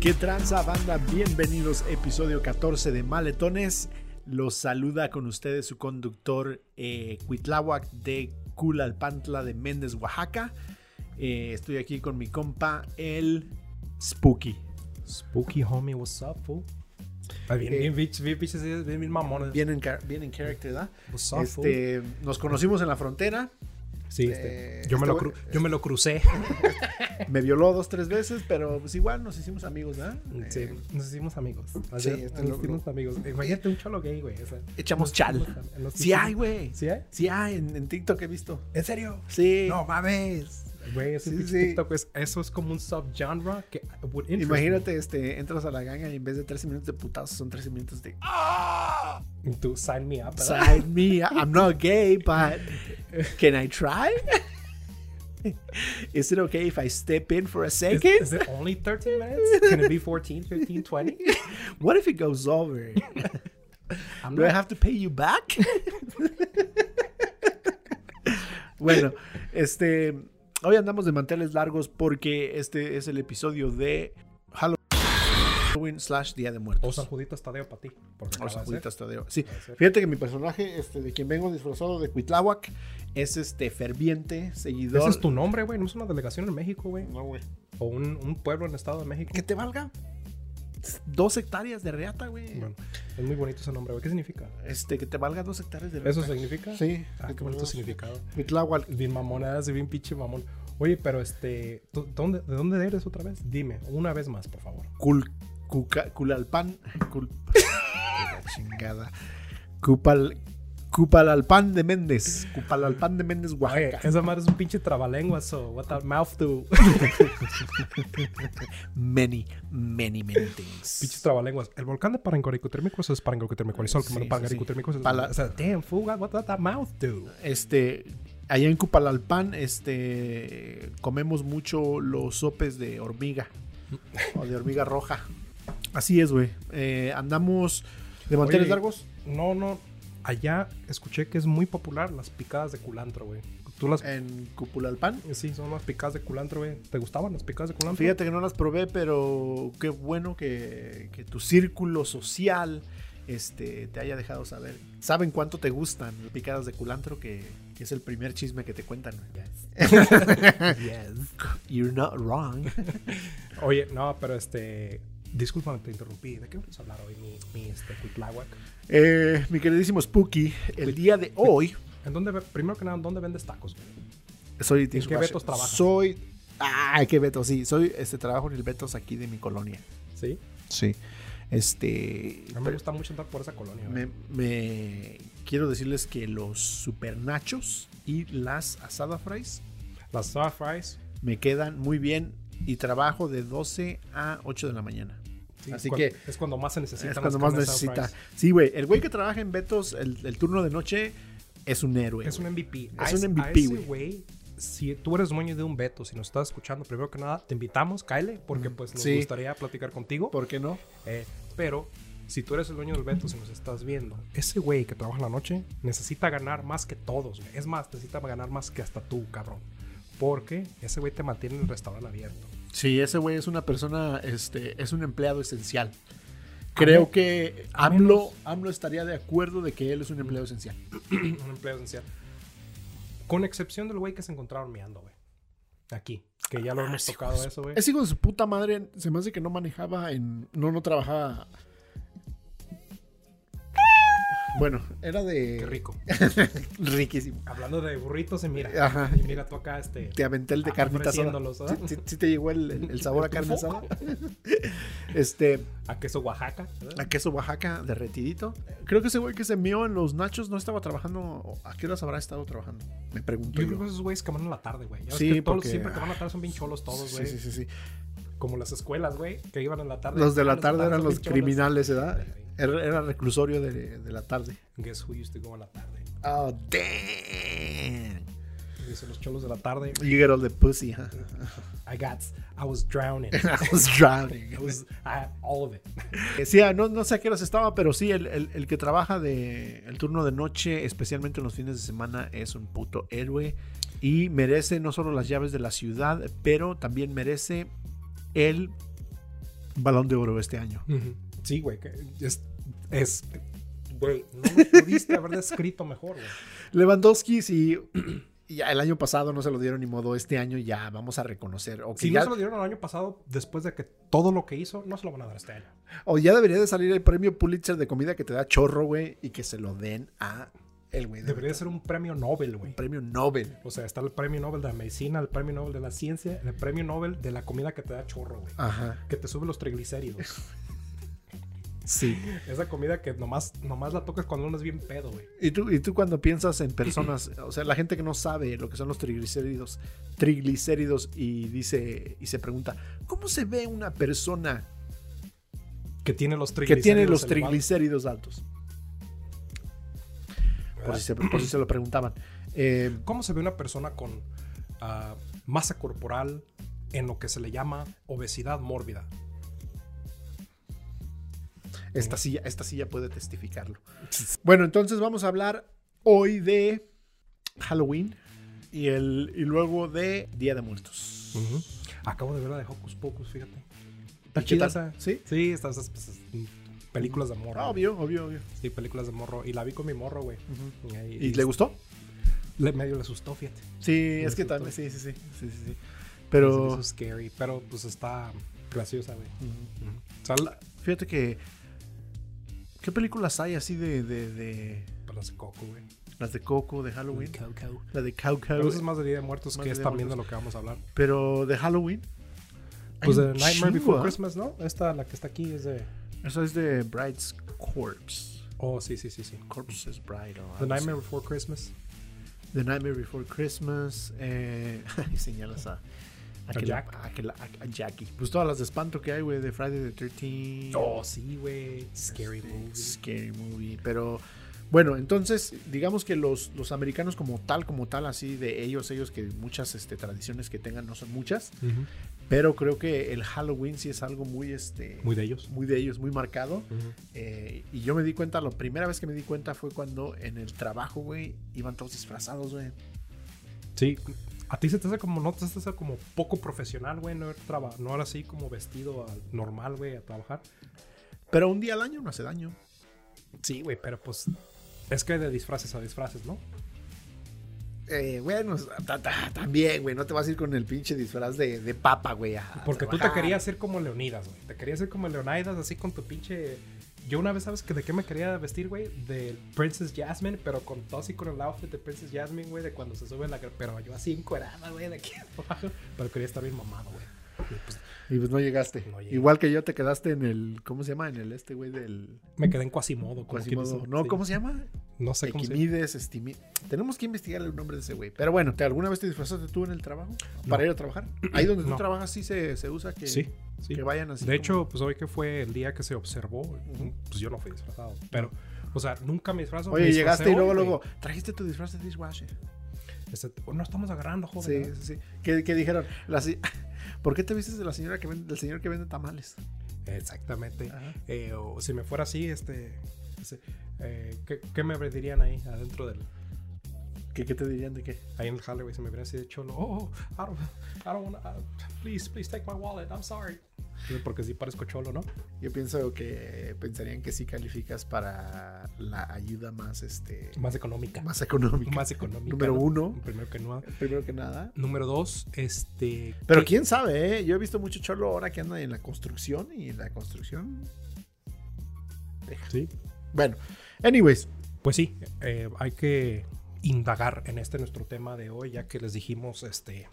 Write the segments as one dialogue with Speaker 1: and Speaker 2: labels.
Speaker 1: ¿Qué tranza banda? Bienvenidos, episodio 14 de Maletones. Los saluda con ustedes su conductor eh, Cuitláhuac de Culalpantla de Méndez, Oaxaca. Eh, estoy aquí con mi compa, el Spooky.
Speaker 2: Spooky homie, what's up, fool? Ah, Bien,
Speaker 1: Eh,
Speaker 2: bien, bitch, bien, bitches, bien, bien, bien mamones.
Speaker 1: Bien en, char- bien en character, ¿verdad?
Speaker 2: What's up, fool?
Speaker 1: Este, nos conocimos en la frontera.
Speaker 2: sí,
Speaker 1: eh,
Speaker 2: este. yo, me
Speaker 1: este
Speaker 2: lo
Speaker 1: güey-
Speaker 2: cru- yo me lo crucé.
Speaker 1: Me violó dos, tres veces, pero pues igual nos hicimos amigos, ¿verdad?
Speaker 2: Sí,
Speaker 1: Eh,
Speaker 2: nos hicimos amigos.
Speaker 1: sí,
Speaker 2: Así,
Speaker 1: este
Speaker 2: nos
Speaker 1: lo-
Speaker 2: hicimos amigos. Eh, Imagínate un cholo gay, güey. o sea,
Speaker 1: Echamos
Speaker 2: nos
Speaker 1: chal.
Speaker 2: hicimos am- nos
Speaker 1: Sí hay,
Speaker 2: hicimos-
Speaker 1: güey.
Speaker 2: ¿Sí hay?
Speaker 1: Sí hay, en, en TikTok he visto.
Speaker 2: ¿En serio?
Speaker 1: Sí.
Speaker 2: No mames. Güey, ese
Speaker 1: Sí,
Speaker 2: pinche
Speaker 1: sí.
Speaker 2: TikTok es, eso es como un subgenre que would interest
Speaker 1: Imagínate, este, entras a la ganga y en vez de 13 minutos de putazos son 13 minutos de
Speaker 2: Ah, me. Tú sign me up. ¿verdad?
Speaker 1: Sign me, I'm not gay, but can I try? Is it okay if I step in for a
Speaker 2: Is,
Speaker 1: second?
Speaker 2: is it only 13 minutes? Can it be 14, 15, 20?
Speaker 1: What if it goes over?
Speaker 2: I'm
Speaker 1: Do I
Speaker 2: not-
Speaker 1: have to pay you back? bueno, este, hoy andamos de manteles largos porque este es el episodio de Halloween slash Día de
Speaker 2: O
Speaker 1: Muertos.
Speaker 2: San Judito Tadeo para ti. porque
Speaker 1: O
Speaker 2: acaba
Speaker 1: sea,
Speaker 2: de
Speaker 1: Juditas
Speaker 2: ser.
Speaker 1: Tadeo. Sí,
Speaker 2: Puede ser.
Speaker 1: fíjate que mi personaje, este, de quien vengo disfrazado de Cuitláhuac, es este ferviente seguidor.
Speaker 2: Ese es tu nombre, güey. No es una delegación en México, güey.
Speaker 1: No, güey.
Speaker 2: O un, un pueblo en el Estado de México.
Speaker 1: Que te valga dos hectáreas de reata, güey.
Speaker 2: Bueno, es muy bonito ese nombre, güey. ¿Qué significa?
Speaker 1: Este, que te valga dos hectáreas de reata.
Speaker 2: ¿Eso significa?
Speaker 1: Sí.
Speaker 2: Ah, qué bonito significado.
Speaker 1: Cuitláhuac.
Speaker 2: Es bien mamona, es bien pinche mamón. Oye, pero este, ¿tú- ¿dónde, ¿de dónde eres otra vez? Dime, una vez más, por favor.
Speaker 1: Cul, cuca- culalpan. Cul, Qué la chingada. Cupal. Cupalalpan de Méndez. eh, Cupalalpan de Méndez,
Speaker 2: Oye,
Speaker 1: Oaxaca.
Speaker 2: esa madre es un pinche trabalenguas, so what that mouth do?
Speaker 1: Many, many, many
Speaker 2: Pinches
Speaker 1: things.
Speaker 2: trabalenguas. El volcán de Parancoricotérmicos es Parancoricotérmicosol,
Speaker 1: Sí,
Speaker 2: como
Speaker 1: sí,
Speaker 2: no Parancoricotérmicos.
Speaker 1: Pala-
Speaker 2: O sea, damn, fool, what, what that mouth do?
Speaker 1: Este, allá en Cupalalpan, este, comemos mucho los sopes de hormiga o de hormiga roja. Así es, güey. Eh, andamos de manteles
Speaker 2: Oye,
Speaker 1: largos.
Speaker 2: No, no. Allá escuché que es muy popular las picadas de culantro, güey. Tú las...
Speaker 1: En Cupalalpan.
Speaker 2: Sí, son las picadas de culantro, güey. ¿Te gustaban las picadas de culantro?
Speaker 1: Fíjate que no las probé, pero qué bueno que, que tu círculo social este, te haya dejado saber. ¿Saben cuánto te gustan las picadas de culantro? Que, que es el primer chisme que te cuentan. güey. You're not wrong.
Speaker 2: Oye, no, pero este. Disculpa, te interrumpí. ¿De qué vamos a hablar hoy, mi, mi este, Cuitláhuac?
Speaker 1: Eh, mi queridísimo Spooky, el día de hoy
Speaker 2: ¿En dónde, ve- primero que nada, ¿en dónde vendes tacos? güey?
Speaker 1: soy
Speaker 2: qué
Speaker 1: dishwasher.
Speaker 2: Betos trabajas?
Speaker 1: Soy ay, qué Betos, sí, soy este trabajo en el Betos aquí de mi colonia.
Speaker 2: Sí.
Speaker 1: Sí. Este
Speaker 2: A mí me gusta mucho andar por esa colonia. güey.
Speaker 1: me, me- quiero decirles que los super nachos y las asada fries
Speaker 2: Las soft fries.
Speaker 1: me quedan muy bien y trabajo de 12 a 8 de la mañana.
Speaker 2: sí,
Speaker 1: Así
Speaker 2: cuan-
Speaker 1: que
Speaker 2: Es cuando más se necesita.
Speaker 1: es cuando más necesita. Sí, güey, el güey que trabaja en Betos el, el turno de noche es un héroe.
Speaker 2: Es un
Speaker 1: güey.
Speaker 2: MVP.
Speaker 1: Es
Speaker 2: A
Speaker 1: un
Speaker 2: a
Speaker 1: MVP,
Speaker 2: ese
Speaker 1: güey.
Speaker 2: güey. Si tú eres dueño de un Beto, si nos estás escuchando, primero que nada, te invitamos, Kyle, porque pues nos
Speaker 1: Sí.
Speaker 2: gustaría platicar contigo.
Speaker 1: ¿Por qué no?
Speaker 2: Eh, pero si tú eres el dueño del Beto, si nos estás viendo, ese güey que trabaja en la noche necesita ganar más que todos. güey. Es más, necesita ganar más que hasta tú, cabrón. Porque ese güey te mantiene el restaurante abierto.
Speaker 1: Sí, ese güey es una persona, este, es un empleado esencial. Creo que AMLO, AMLO estaría de acuerdo de que él es un empleado esencial.
Speaker 2: Un empleo esencial. Con excepción del güey que se encontraron meando, güey. Aquí. Que
Speaker 1: Ah,
Speaker 2: ya lo hemos tocado
Speaker 1: pues,
Speaker 2: eso, güey.
Speaker 1: Ese hijo de su puta madre se me hace que no manejaba en. No, no trabajaba. Bueno, era de.
Speaker 2: Qué rico.
Speaker 1: Riquísimo.
Speaker 2: Hablando de burritos, y mira.
Speaker 1: Ajá.
Speaker 2: Y mira tú acá, este.
Speaker 1: Te aventé el de carnita asada.
Speaker 2: Ofreciéndolos, ¿ah?
Speaker 1: ¿Sí,
Speaker 2: ¿verdad?
Speaker 1: sí- sí te llegó el, el- el sabor a carne asada? Este,
Speaker 2: A queso Oaxaca. ¿verdad?
Speaker 1: a queso Oaxaca derretidito. Creo que ese güey que se mió en los nachos no estaba trabajando. ¿A qué horas habrá estado trabajando? Me pregunto
Speaker 2: Yo
Speaker 1: yo.
Speaker 2: creo que esos güeyes que van en la tarde, güey. Ya ves
Speaker 1: Sí,
Speaker 2: que todos,
Speaker 1: porque-
Speaker 2: Siempre que van a la tarde son bien cholos todos,
Speaker 1: Sí,
Speaker 2: güey.
Speaker 1: sí, sí, sí.
Speaker 2: Como las escuelas, güey, que iban en la tarde.
Speaker 1: Los de
Speaker 2: Ah,
Speaker 1: la
Speaker 2: las
Speaker 1: tarde
Speaker 2: tardes
Speaker 1: eran
Speaker 2: son
Speaker 1: los
Speaker 2: bien cholas.
Speaker 1: criminales, ¿verdad? Era, era reclusorio de, de la tarde.
Speaker 2: Guess who used to go en la tarde.
Speaker 1: Oh, damn.
Speaker 2: Dicen los cholos de la tarde.
Speaker 1: You get all the pussy, huh?
Speaker 2: I got, I was drowning.
Speaker 1: I was
Speaker 2: I
Speaker 1: drowning.
Speaker 2: was, I had all of it.
Speaker 1: Sí, ah, no, no sé a qué horas estaba, pero sí, el, el- el que trabaja de el turno de noche, especialmente en los fines de semana, es un puto héroe. Y merece no solo las llaves de la ciudad, pero también merece el balón de oro este año.
Speaker 2: Ujú. Sí, güey. que Es. es- güey, no lo pudiste haber descrito mejor, güey.
Speaker 1: Lewandowski, sí. Ya el año pasado no se lo dieron ni modo, este año ya vamos a reconocer. O, que
Speaker 2: Si
Speaker 1: ya,
Speaker 2: no se lo dieron el año pasado, después de que todo lo que hizo, no se lo van a dar este año.
Speaker 1: o ya debería de salir el premio Pulitzer de comida que te da chorro, güey, y que se lo den a el güey. de-
Speaker 2: Debería ser un premio Nobel, güey.
Speaker 1: Premio Nobel.
Speaker 2: O sea, está el premio Nobel de la medicina, el premio Nobel de la ciencia, el premio Nobel de la comida que te da chorro, güey.
Speaker 1: Ajá.
Speaker 2: Que te sube los triglicéridos.
Speaker 1: Sí.
Speaker 2: Esa comida que nomás, nomás la tocas cuando uno es bien pedo, güey.
Speaker 1: ¿Y tú, y tú cuando piensas en personas, o sea, la gente que no sabe lo que son los triglicéridos, triglicéridos y dice y se pregunta, ¿cómo se ve una persona
Speaker 2: Que tiene los
Speaker 1: que
Speaker 2: triglicéridos.
Speaker 1: tiene los
Speaker 2: elevados,
Speaker 1: triglicéridos altos? Por
Speaker 2: ¿verdad?
Speaker 1: si se, por si se lo preguntaban. Eh,
Speaker 2: ¿Cómo se ve una persona con ah, masa corporal en lo que se le llama obesidad mórbida?
Speaker 1: esta, silla, esta silla puede testificarlo. Bueno, entonces vamos a hablar hoy de Halloween y, el, y luego de Día de Muertos.
Speaker 2: Acabo de ver la de Hocus Pocus, fíjate.
Speaker 1: ¿Está
Speaker 2: ¿Y qué
Speaker 1: chida?
Speaker 2: tal?
Speaker 1: ¿Sí? Ah,
Speaker 2: Sí, estas estas, pues, es- películas de morro. güey.
Speaker 1: Obvio, obvio, obvio.
Speaker 2: Sí, películas de morro. Y la vi con mi morro, güey. Y ahí-
Speaker 1: ¿Y le gustó?
Speaker 2: le- medio le asustó, fíjate.
Speaker 1: Sí, es que
Speaker 2: Resultó.
Speaker 1: también, sí, sí, sí, sí, sí, sí.
Speaker 2: Se me
Speaker 1: Pero
Speaker 2: hizo scary, pero pues está graciosa, güey.
Speaker 1: ujú.
Speaker 2: O sea, la-
Speaker 1: fíjate que ¿qué películas hay así de, de, de-
Speaker 2: pero las de Coco, güey.
Speaker 1: las de Coco, de Halloween,
Speaker 2: Coco.
Speaker 1: la de Cow Cow,
Speaker 2: Pero eso es más de Día de Muertos,
Speaker 1: Más
Speaker 2: que
Speaker 1: de
Speaker 2: es
Speaker 1: Día de
Speaker 2: también de lo que vamos a hablar.
Speaker 1: pero de Halloween? hay
Speaker 2: Pues de
Speaker 1: un
Speaker 2: Nightmare
Speaker 1: chingo,
Speaker 2: Before
Speaker 1: ¿ah?
Speaker 2: Christmas, ¿no? Esta, la que está aquí, es de.
Speaker 1: Eso es de Bride's Corpse.
Speaker 2: Oh, sí, sí, sí, sí.
Speaker 1: Corpse is Bride. o
Speaker 2: The
Speaker 1: algo así.
Speaker 2: Nightmare Before Christmas.
Speaker 1: The Nightmare Before Christmas. Eh, y señalas a, a, que la-
Speaker 2: Jack.
Speaker 1: a que la- a- a Jackie. Pues todas las de espanto que hay, güey, de Friday the 13.
Speaker 2: Oh, sí, güey. Scary
Speaker 1: Este,
Speaker 2: movie.
Speaker 1: Scary movie. Pero bueno, entonces, digamos que los, los americanos como tal, como tal, así de ellos, ellos que muchas este, tradiciones que tengan no son muchas,
Speaker 2: Ujú.
Speaker 1: pero creo que el Halloween sí es algo muy, este,
Speaker 2: Muy de ellos.
Speaker 1: muy de ellos, muy marcado. Eh, y yo me di cuenta, la primera vez que me di cuenta fue cuando en el trabajo, güey, iban todos disfrazados, güey.
Speaker 2: Sí. A ti se te hace como, no te hace como poco profesional, güey, no, era traba- no era así como vestido a- normal, güey, a trabajar.
Speaker 1: Pero un día al año no hace daño.
Speaker 2: Sí, güey, pero pues es que de disfraces a disfraces, ¿no?
Speaker 1: Eh, bueno, ta- ta- también, güey, no te vas a ir con el pinche disfraz de, de papa, güey. a- a
Speaker 2: Porque tú te
Speaker 1: trabajar.
Speaker 2: querías hacer como Leonidas, güey. Te querías hacer como Leonidas, así con tu pinche. Yo una vez, ¿sabes que de qué me quería vestir, güey? De Princess Jasmine, pero con todo así con el outfit de Princess Jasmine, güey, de cuando se sube la. gra- Pero yo así encuerada, güey, de aquí abajo. Pero quería estar bien mamado, güey. Y, pues,
Speaker 1: Y pues no llegaste.
Speaker 2: No llegué.
Speaker 1: Igual que yo te quedaste en el. ¿Cómo se llama? En el este, güey, del
Speaker 2: me quedé en Quasimodo. como quien
Speaker 1: Quasimodo.
Speaker 2: dice.
Speaker 1: No,
Speaker 2: Sí.
Speaker 1: ¿cómo se llama?
Speaker 2: No sé cómo se
Speaker 1: Equimides, Estimi. Tenemos que investigar el nombre de ese güey. Pero bueno, ¿te alguna vez te disfrazaste tú en el trabajo? ¿Para
Speaker 2: No.
Speaker 1: ir a trabajar? Ahí donde tú
Speaker 2: No.
Speaker 1: trabajas sí se, se usa que,
Speaker 2: Sí, sí.
Speaker 1: que vayan así.
Speaker 2: de
Speaker 1: como-
Speaker 2: hecho, pues hoy que fue el día que se observó, pues yo no fui disfrazado. Pero, o sea, nunca me disfrazo. me
Speaker 1: Oye,
Speaker 2: disfracé
Speaker 1: llegaste y luego,
Speaker 2: hoy, güey.
Speaker 1: luego, trajiste tu disfraz de dishwasher.
Speaker 2: Este, no estamos agarrando,
Speaker 1: Sí,
Speaker 2: joven. ¿verdad?
Speaker 1: sí, sí. ¿Qué, qué dijeron? La si- ¿Por qué te vistes de la señora que vende, del señor que vende tamales?
Speaker 2: Exactamente.
Speaker 1: Ajá.
Speaker 2: Eh, o si me fuera así, este. ese, eh, ¿qué, qué me dirían ahí adentro del.
Speaker 1: ¿Qué, qué te dirían de qué?
Speaker 2: Ahí en el hallway si me vieran así de cholo. Oh, oh, I don't, I don't wanna, uh, please, please take my wallet. I'm sorry. Porque sí parezco cholo, ¿no?
Speaker 1: Yo pienso que pensarían que sí calificas para la ayuda más, este,
Speaker 2: Más económica.
Speaker 1: más económica.
Speaker 2: Más económica.
Speaker 1: Número
Speaker 2: ¿no?
Speaker 1: uno.
Speaker 2: Primero que no.
Speaker 1: Primero que nada.
Speaker 2: Número dos, este.
Speaker 1: Pero
Speaker 2: ¿qué-
Speaker 1: quién sabe, ¿eh? Yo he visto mucho cholo ahora que anda en la construcción y la construcción.
Speaker 2: Sí.
Speaker 1: Bueno, anyways,
Speaker 2: Pues sí, eh, hay que indagar en este nuestro tema de hoy, ya que les dijimos, este,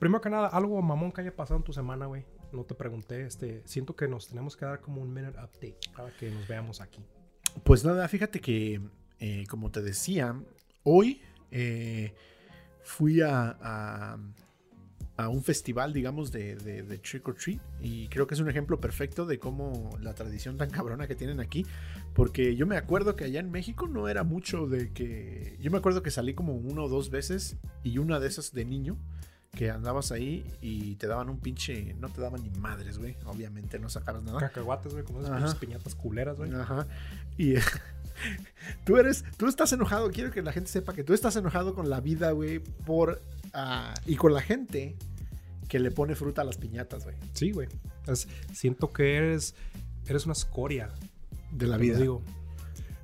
Speaker 2: primero que nada, algo mamón que haya pasado en tu semana, güey. No te pregunté, este, siento que nos tenemos que dar como un minute update para que nos veamos aquí.
Speaker 1: pues nada, fíjate que, eh, como te decía, hoy eh, fui a, a- a un festival, digamos, de, de- de trick or treat. Y creo que es un ejemplo perfecto de cómo la tradición tan cabrona que tienen aquí. Porque yo me acuerdo que allá en México no era mucho de que. Yo me acuerdo que salí como una o dos veces y una de esas de niño. Que andabas ahí y te daban un pinche. No te daban ni madres, güey. Obviamente no sacabas nada.
Speaker 2: Cacahuates, güey, como esas
Speaker 1: Ah. Ajá.
Speaker 2: pinches piñatas culeras, güey.
Speaker 1: Ajá. Y eh, tú eres, tú estás enojado. Quiero que la gente sepa que tú estás enojado con la vida, güey, por ah, y con la gente que le pone fruta a las piñatas, güey.
Speaker 2: Sí, güey. Es- siento que eres, eres una escoria.
Speaker 1: De la
Speaker 2: te lo digo.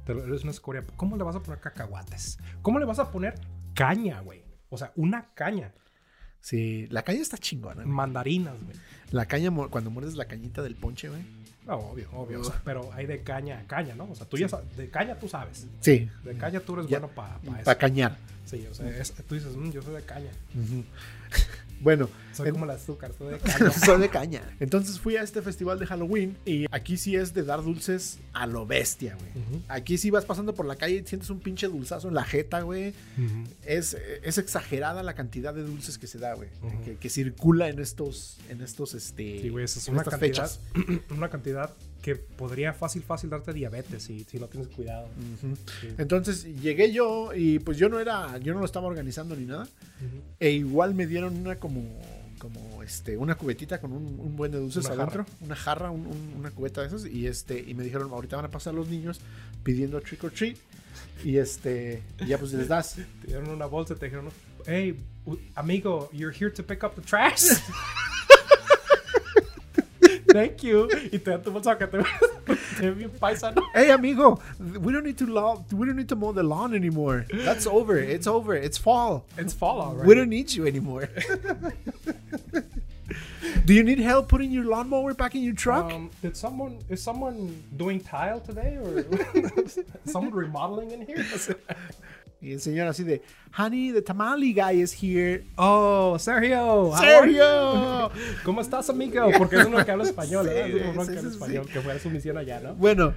Speaker 2: Te lo- eres una escoria. ¿Cómo le vas a poner cacahuates? ¿Cómo le vas a poner caña, güey? O sea, una caña.
Speaker 1: Sí, la caña está chingona. güey.
Speaker 2: Mandarinas, güey.
Speaker 1: La caña, mo- cuando muerdes la cañita del ponche, güey.
Speaker 2: No, obvio, obvio. o sea, pero hay de caña a caña, ¿no? O sea, tú ya sa- de caña tú sabes.
Speaker 1: Sí.
Speaker 2: De caña tú eres
Speaker 1: Ya.
Speaker 2: bueno para
Speaker 1: Para
Speaker 2: eso.
Speaker 1: cañar.
Speaker 2: Sí, o sea, es- tú dices, "Mm, yo soy de caña.
Speaker 1: Ujú. bueno,
Speaker 2: Soy
Speaker 1: En-
Speaker 2: como el azúcar, soy de caña.
Speaker 1: soy de caña. Entonces fui a este festival de Halloween y aquí sí es de dar dulces a lo bestia, güey.
Speaker 2: Ujú.
Speaker 1: Aquí sí vas pasando por la calle y sientes un pinche dulzazo en la jeta, güey. Es, es exagerada la cantidad de dulces que se da, güey.
Speaker 2: Ujú.
Speaker 1: que, que circula en estos, en estos, este...
Speaker 2: Sí, güey, esa es
Speaker 1: en
Speaker 2: una
Speaker 1: estas
Speaker 2: cantidad,
Speaker 1: fechas.
Speaker 2: una cantidad que podría fácil, fácil darte diabetes si, si no tienes cuidado.
Speaker 1: Ujú.
Speaker 2: Sí.
Speaker 1: Entonces llegué yo y pues yo no era, yo no lo estaba organizando ni nada.
Speaker 2: Ujú.
Speaker 1: E igual me dieron una como, como este, una cubetita con un, un buen de dulces
Speaker 2: Una
Speaker 1: adentro, una jarra, un- un- una cubeta de esas, y este, y me dijeron, ahorita van a pasar los niños pidiendo trick or treat. Y este, y ya pues les das.
Speaker 2: Te dieron una bolsa y te dijeron, hey, u- amigo, you're here to pick up the trash. Thank you. Y te dan tu bolsa que te te ve bien paisano.
Speaker 1: Hey amigo, we don't need to law, we don't need to mow the lawn anymore. That's over, it's over, it's fall.
Speaker 2: It's fall, already.
Speaker 1: We don't need you anymore. Do you need help putting your lawnmower back in your truck?
Speaker 2: Um, did someone is someone doing tile today or someone remodeling in here?
Speaker 1: Y el señor así de, honey, the tamale guy is here.
Speaker 2: Oh, Sergio.
Speaker 1: Sergio.
Speaker 2: ¿Cómo estás, amigo? Porque es uno que habla español,
Speaker 1: Sí,
Speaker 2: ¿verdad? Es uno
Speaker 1: sí,
Speaker 2: que habla
Speaker 1: sí,
Speaker 2: español, que fue a su misión allá, ¿no?
Speaker 1: Bueno,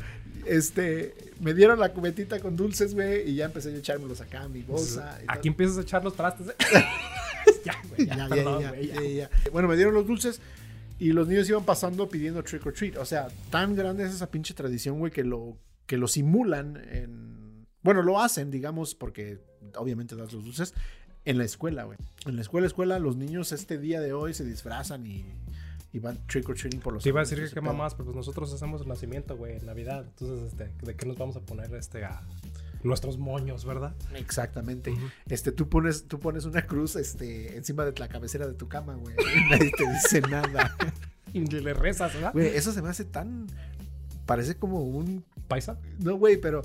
Speaker 1: este, me dieron la cubetita con dulces, güey, y ya empecé yo a echármelos acá a mi bolsa. y
Speaker 2: Aquí
Speaker 1: tal.
Speaker 2: empiezas a echar los trastes. ¿eh? ya, güey, ya,
Speaker 1: Ya, ya,
Speaker 2: perdón,
Speaker 1: ya,
Speaker 2: güey, ya.
Speaker 1: ya, ya, ya. Bueno, me dieron los dulces y los niños iban pasando pidiendo trick or treat. O sea, tan grande es esa pinche tradición, güey, que lo, que lo simulan en... Bueno, lo hacen, digamos, porque obviamente das los dulces en la escuela, güey. En la escuela, escuela, los niños este día de hoy se disfrazan y, y van trick or treating por los...
Speaker 2: Te Pues iba a
Speaker 1: salones,
Speaker 2: decir que
Speaker 1: ese
Speaker 2: qué
Speaker 1: pedo.
Speaker 2: mamás, pero pues nosotros hacemos el nacimiento, güey, en Navidad. Entonces, este, ¿de qué nos vamos a poner este a nuestros moños, verdad?
Speaker 1: Exactamente.
Speaker 2: Ujú.
Speaker 1: Este, tú pones, tú pones una cruz, este, encima de la cabecera de tu cama, güey. y Nadie te dice nada.
Speaker 2: Y le rezas, ¿verdad?
Speaker 1: Güey, eso se me hace tan. Parece como un.
Speaker 2: Paisa.
Speaker 1: No, güey, pero.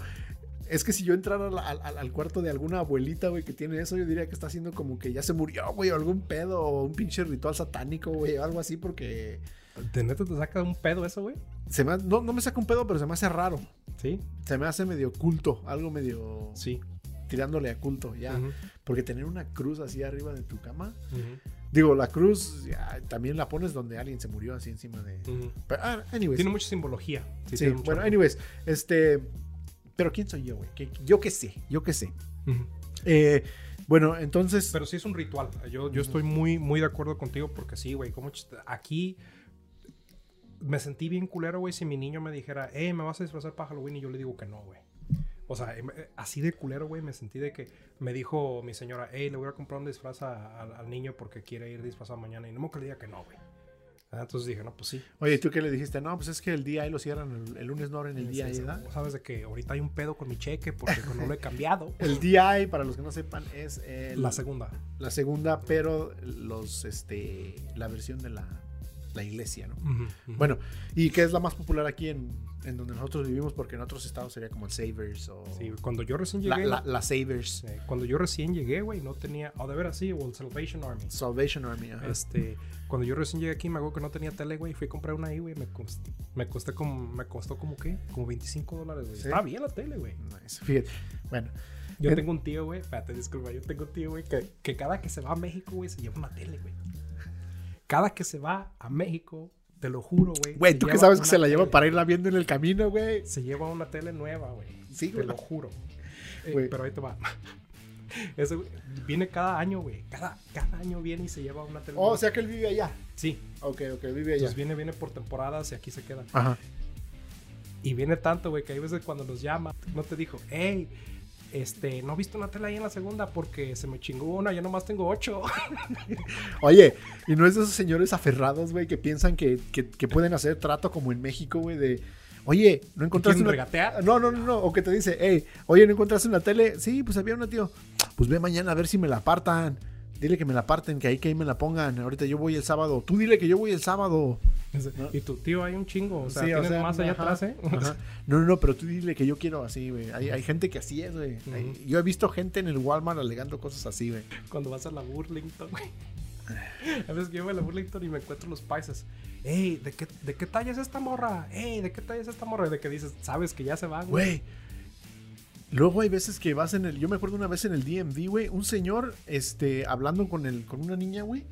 Speaker 1: Es que si yo entrara al, al- al cuarto de alguna abuelita, güey, que tiene eso, yo diría que está haciendo como que ya se murió, güey, o algún pedo, o un pinche ritual satánico, güey, o algo así, porque
Speaker 2: ¿De neta te saca un pedo eso, güey?
Speaker 1: se me ha- no, no me saca un pedo, pero se me hace raro.
Speaker 2: Sí,
Speaker 1: Se me hace medio culto, algo medio
Speaker 2: sí.
Speaker 1: tirándole a culto, ya.
Speaker 2: Ujú,
Speaker 1: Porque tener una cruz así arriba de tu cama,
Speaker 2: ujú,
Speaker 1: Digo, la cruz ya, también la pones donde alguien se murió así encima de.
Speaker 2: ujú.
Speaker 1: Pero, ah, anyways.
Speaker 2: Tiene mucha simbología.
Speaker 1: Sí,
Speaker 2: tiene mucho-
Speaker 1: bueno, anyways. Este. Pero quién soy yo, güey. ¿Qué- Yo qué sé, yo qué sé.
Speaker 2: Ujú.
Speaker 1: Eh, bueno, entonces.
Speaker 2: Pero sí es un ritual. Yo, yo estoy muy, muy de acuerdo contigo porque sí, güey. como chist- Aquí me sentí bien culero, güey, si mi niño me dijera, eh, ¿me vas a disfrazar para Halloween? Y yo le digo que no, güey. O sea, em- eh, así de culero, güey, me sentí de que me dijo mi señora, hey, le voy a comprar un disfraz a- al- al niño porque quiere ir disfrazado mañana. Y no me que le diga que no, güey. Ah, Entonces dije, no, pues sí.
Speaker 1: Oye, ¿tú qué le dijiste? No, pues es que el día ahí lo cierran, el, el lunes no abren el
Speaker 2: Sí,
Speaker 1: día
Speaker 2: sí,
Speaker 1: ahí, ¿verdad?
Speaker 2: Sabes de que ahorita hay un pedo con mi cheque porque no lo he cambiado.
Speaker 1: El DI, para los que no sepan, es el-
Speaker 2: La segunda.
Speaker 1: la segunda, pero los, este, la versión de la, la iglesia, ¿no?
Speaker 2: Ujú, ujú.
Speaker 1: Bueno, y que es la más popular aquí en, en donde nosotros vivimos, porque en otros estados sería como el Savers o
Speaker 2: Sí, cuando yo recién
Speaker 1: la,
Speaker 2: llegué...
Speaker 1: la, la Savers.
Speaker 2: Eh, cuando yo recién llegué, güey, no tenía. O de veras, sí, o el Salvation Army.
Speaker 1: Salvation Army. ajá.
Speaker 2: Este, cuando yo recién llegué aquí, me acuerdo que no tenía tele, güey. Fui a comprar una ahí, güey. Me, cost- me, costé como, me costó como que, como 25 dólares, güey.
Speaker 1: Sí.
Speaker 2: Está bien la tele, güey.
Speaker 1: Nice. Fíjate. Bueno,
Speaker 2: Yo
Speaker 1: En-
Speaker 2: tengo un tío, güey. Espérate, disculpa. Yo tengo un tío, güey, que, que cada que se va a México, güey, se lleva una tele, güey. Cada que se va a México, te lo juro, güey.
Speaker 1: güey,
Speaker 2: se
Speaker 1: tú que
Speaker 2: lleva
Speaker 1: sabes que
Speaker 2: una
Speaker 1: se la lleva
Speaker 2: tele.
Speaker 1: para irla viendo en el camino, güey.
Speaker 2: Se lleva una tele nueva, güey.
Speaker 1: Sí,
Speaker 2: Te
Speaker 1: güey.
Speaker 2: lo juro. Eh,
Speaker 1: Güey.
Speaker 2: pero ahí te va. Eso güey, viene cada año, güey. Cada, cada año viene y se lleva una tele.
Speaker 1: Oh,
Speaker 2: nueva.
Speaker 1: o sea que él vive allá.
Speaker 2: sí.
Speaker 1: Ok, ok, vive allá.
Speaker 2: Entonces viene, viene por temporadas y aquí se queda.
Speaker 1: Ajá.
Speaker 2: Y viene tanto, güey, que hay veces cuando nos llama, no te dijo, hey, este, no he visto una tele ahí en la segunda porque se me chingó una, ya nomás tengo ocho.
Speaker 1: Oye, y no es de esos señores aferrados, güey, que piensan que, que- que pueden hacer trato como en México, güey, de. Oye, no encontraste
Speaker 2: ¿Quieren
Speaker 1: una.
Speaker 2: regatear?
Speaker 1: No, no, no, no. O que te dice, hey, oye, no encontraste una tele. Sí, pues había una, tío. Pues ve mañana a ver si me la apartan. Dile que me la parten, que ahí que ahí me la pongan. Ahorita yo voy el sábado. Tú dile que yo voy el sábado. Ah, ¿No?
Speaker 2: Y tu tío hay un chingo, o sea,
Speaker 1: Sí, o
Speaker 2: tienes
Speaker 1: sea,
Speaker 2: más allá
Speaker 1: ajá,
Speaker 2: atrás, ¿eh?
Speaker 1: Ajá. No, no, no, pero tú dile que yo quiero así, güey. Hay, hay gente que así es, güey. Hay-
Speaker 2: Ujú.
Speaker 1: Yo he visto gente en el Walmart alegando cosas así, güey.
Speaker 2: Cuando vas a la Burlington, güey. A veces que yo voy a la Burlington y me encuentro los paisas. Ey, ¿de qué, ¿de qué talla es esta morra? Ey, ¿de qué talla es esta morra? Y De que dices, sabes que ya se van, güey.
Speaker 1: Güey. Luego hay veces que vas en el. Yo me acuerdo una vez en el DMV, güey. Un señor, este, hablando con el, con una niña, güey.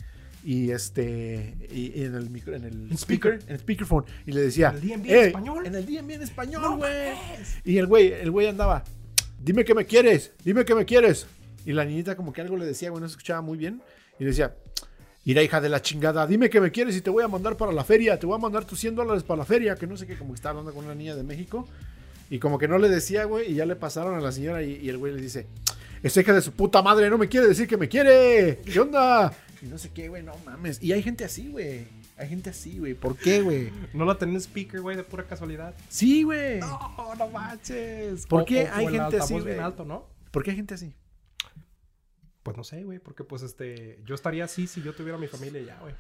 Speaker 1: Y este. y- y en el micro, en el
Speaker 2: En
Speaker 1: speaker,
Speaker 2: speaker.
Speaker 1: en el speakerphone. Y le decía.
Speaker 2: ¿En el DMV en
Speaker 1: "Ey,
Speaker 2: español?
Speaker 1: En el DMV en español,
Speaker 2: ¡No
Speaker 1: güey.
Speaker 2: mames!
Speaker 1: y el güey, el güey andaba. Dime que me quieres, dime que me quieres. Y la niñita como que algo le decía, güey, no se escuchaba muy bien. Y le decía. Mira, hija de la chingada, dime que me quieres y te voy a mandar para la feria, te voy a mandar tus 100 dólares para la feria, que no sé qué, como que estaba hablando con una niña de México. Y como que no le decía, güey, y ya le pasaron a la señora y, y el güey le dice, esa hija de su puta madre no me quiere decir que me quiere. ¿Qué onda? Y no sé qué, güey, no mames. Y hay gente así, güey. Hay gente así, güey. ¿Por qué, güey?
Speaker 2: No la tenés speaker, güey, de pura casualidad.
Speaker 1: Sí, güey.
Speaker 2: No, no manches.
Speaker 1: ¿Por
Speaker 2: O-
Speaker 1: qué
Speaker 2: o-
Speaker 1: hay
Speaker 2: o el
Speaker 1: gente así,
Speaker 2: altavoz
Speaker 1: güey?
Speaker 2: bien alto, ¿no?
Speaker 1: ¿Por qué hay gente así?
Speaker 2: Pues no sé, güey, porque pues este, yo estaría así si yo tuviera mi familia ya, güey.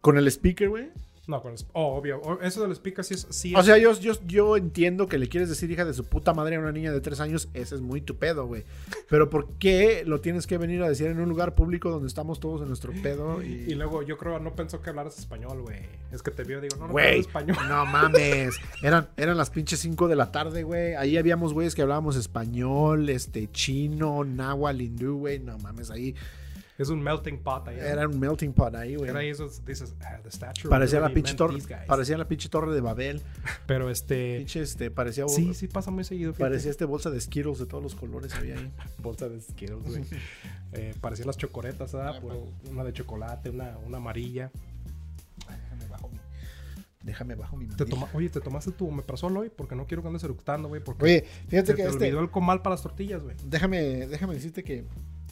Speaker 1: Con el speaker, güey.
Speaker 2: No, con el, sp- oh, obvio, o- eso del speaker sí es, sí
Speaker 1: O
Speaker 2: es-
Speaker 1: sea, yo, yo, yo entiendo que le quieres decir hija de su puta madre a una niña de tres años, ese es muy tu pedo, güey. Pero ¿por qué lo tienes que venir a decir en un lugar público donde estamos todos en nuestro pedo? Y,
Speaker 2: y luego yo creo no pensó que hablaras español, güey. Es que te vio y digo, no, no
Speaker 1: Güey,
Speaker 2: hablo español.
Speaker 1: no mames. Eran, eran las pinches 5 de la tarde, güey. Ahí habíamos güeyes que hablábamos español, este, chino, náhuatl, hindú, güey. No mames, ahí
Speaker 2: Es un melting pot ahí. ¿no?
Speaker 1: era un melting pot ahí, güey.
Speaker 2: Era ahí eso, dices, ah, the statue.
Speaker 1: Parecía la
Speaker 2: really
Speaker 1: pinche
Speaker 2: meant
Speaker 1: torre,
Speaker 2: these guys.
Speaker 1: parecía la pinche torre de Babel.
Speaker 2: Pero este,
Speaker 1: Pinche este, parecía
Speaker 2: sí, sí pasa muy seguido. fíjate.
Speaker 1: parecía este bolsa de Skittles de todos los colores había ahí.
Speaker 2: bolsa de Skittles, güey. Eh, parecían las chocoretas,
Speaker 1: Ah,
Speaker 2: ¿verdad? Puro-
Speaker 1: pues.
Speaker 2: una de chocolate, una, una amarilla.
Speaker 1: Déjame bajo mi. Déjame bajo mi
Speaker 2: Te
Speaker 1: mandil.
Speaker 2: toma- oye, te tomaste tu omeprazol hoy porque no quiero que andes eructando, güey, porque
Speaker 1: Oye,
Speaker 2: se
Speaker 1: fíjate
Speaker 2: te
Speaker 1: que este.
Speaker 2: olvidó el comal para las tortillas, güey.
Speaker 1: Déjame, déjame decirte que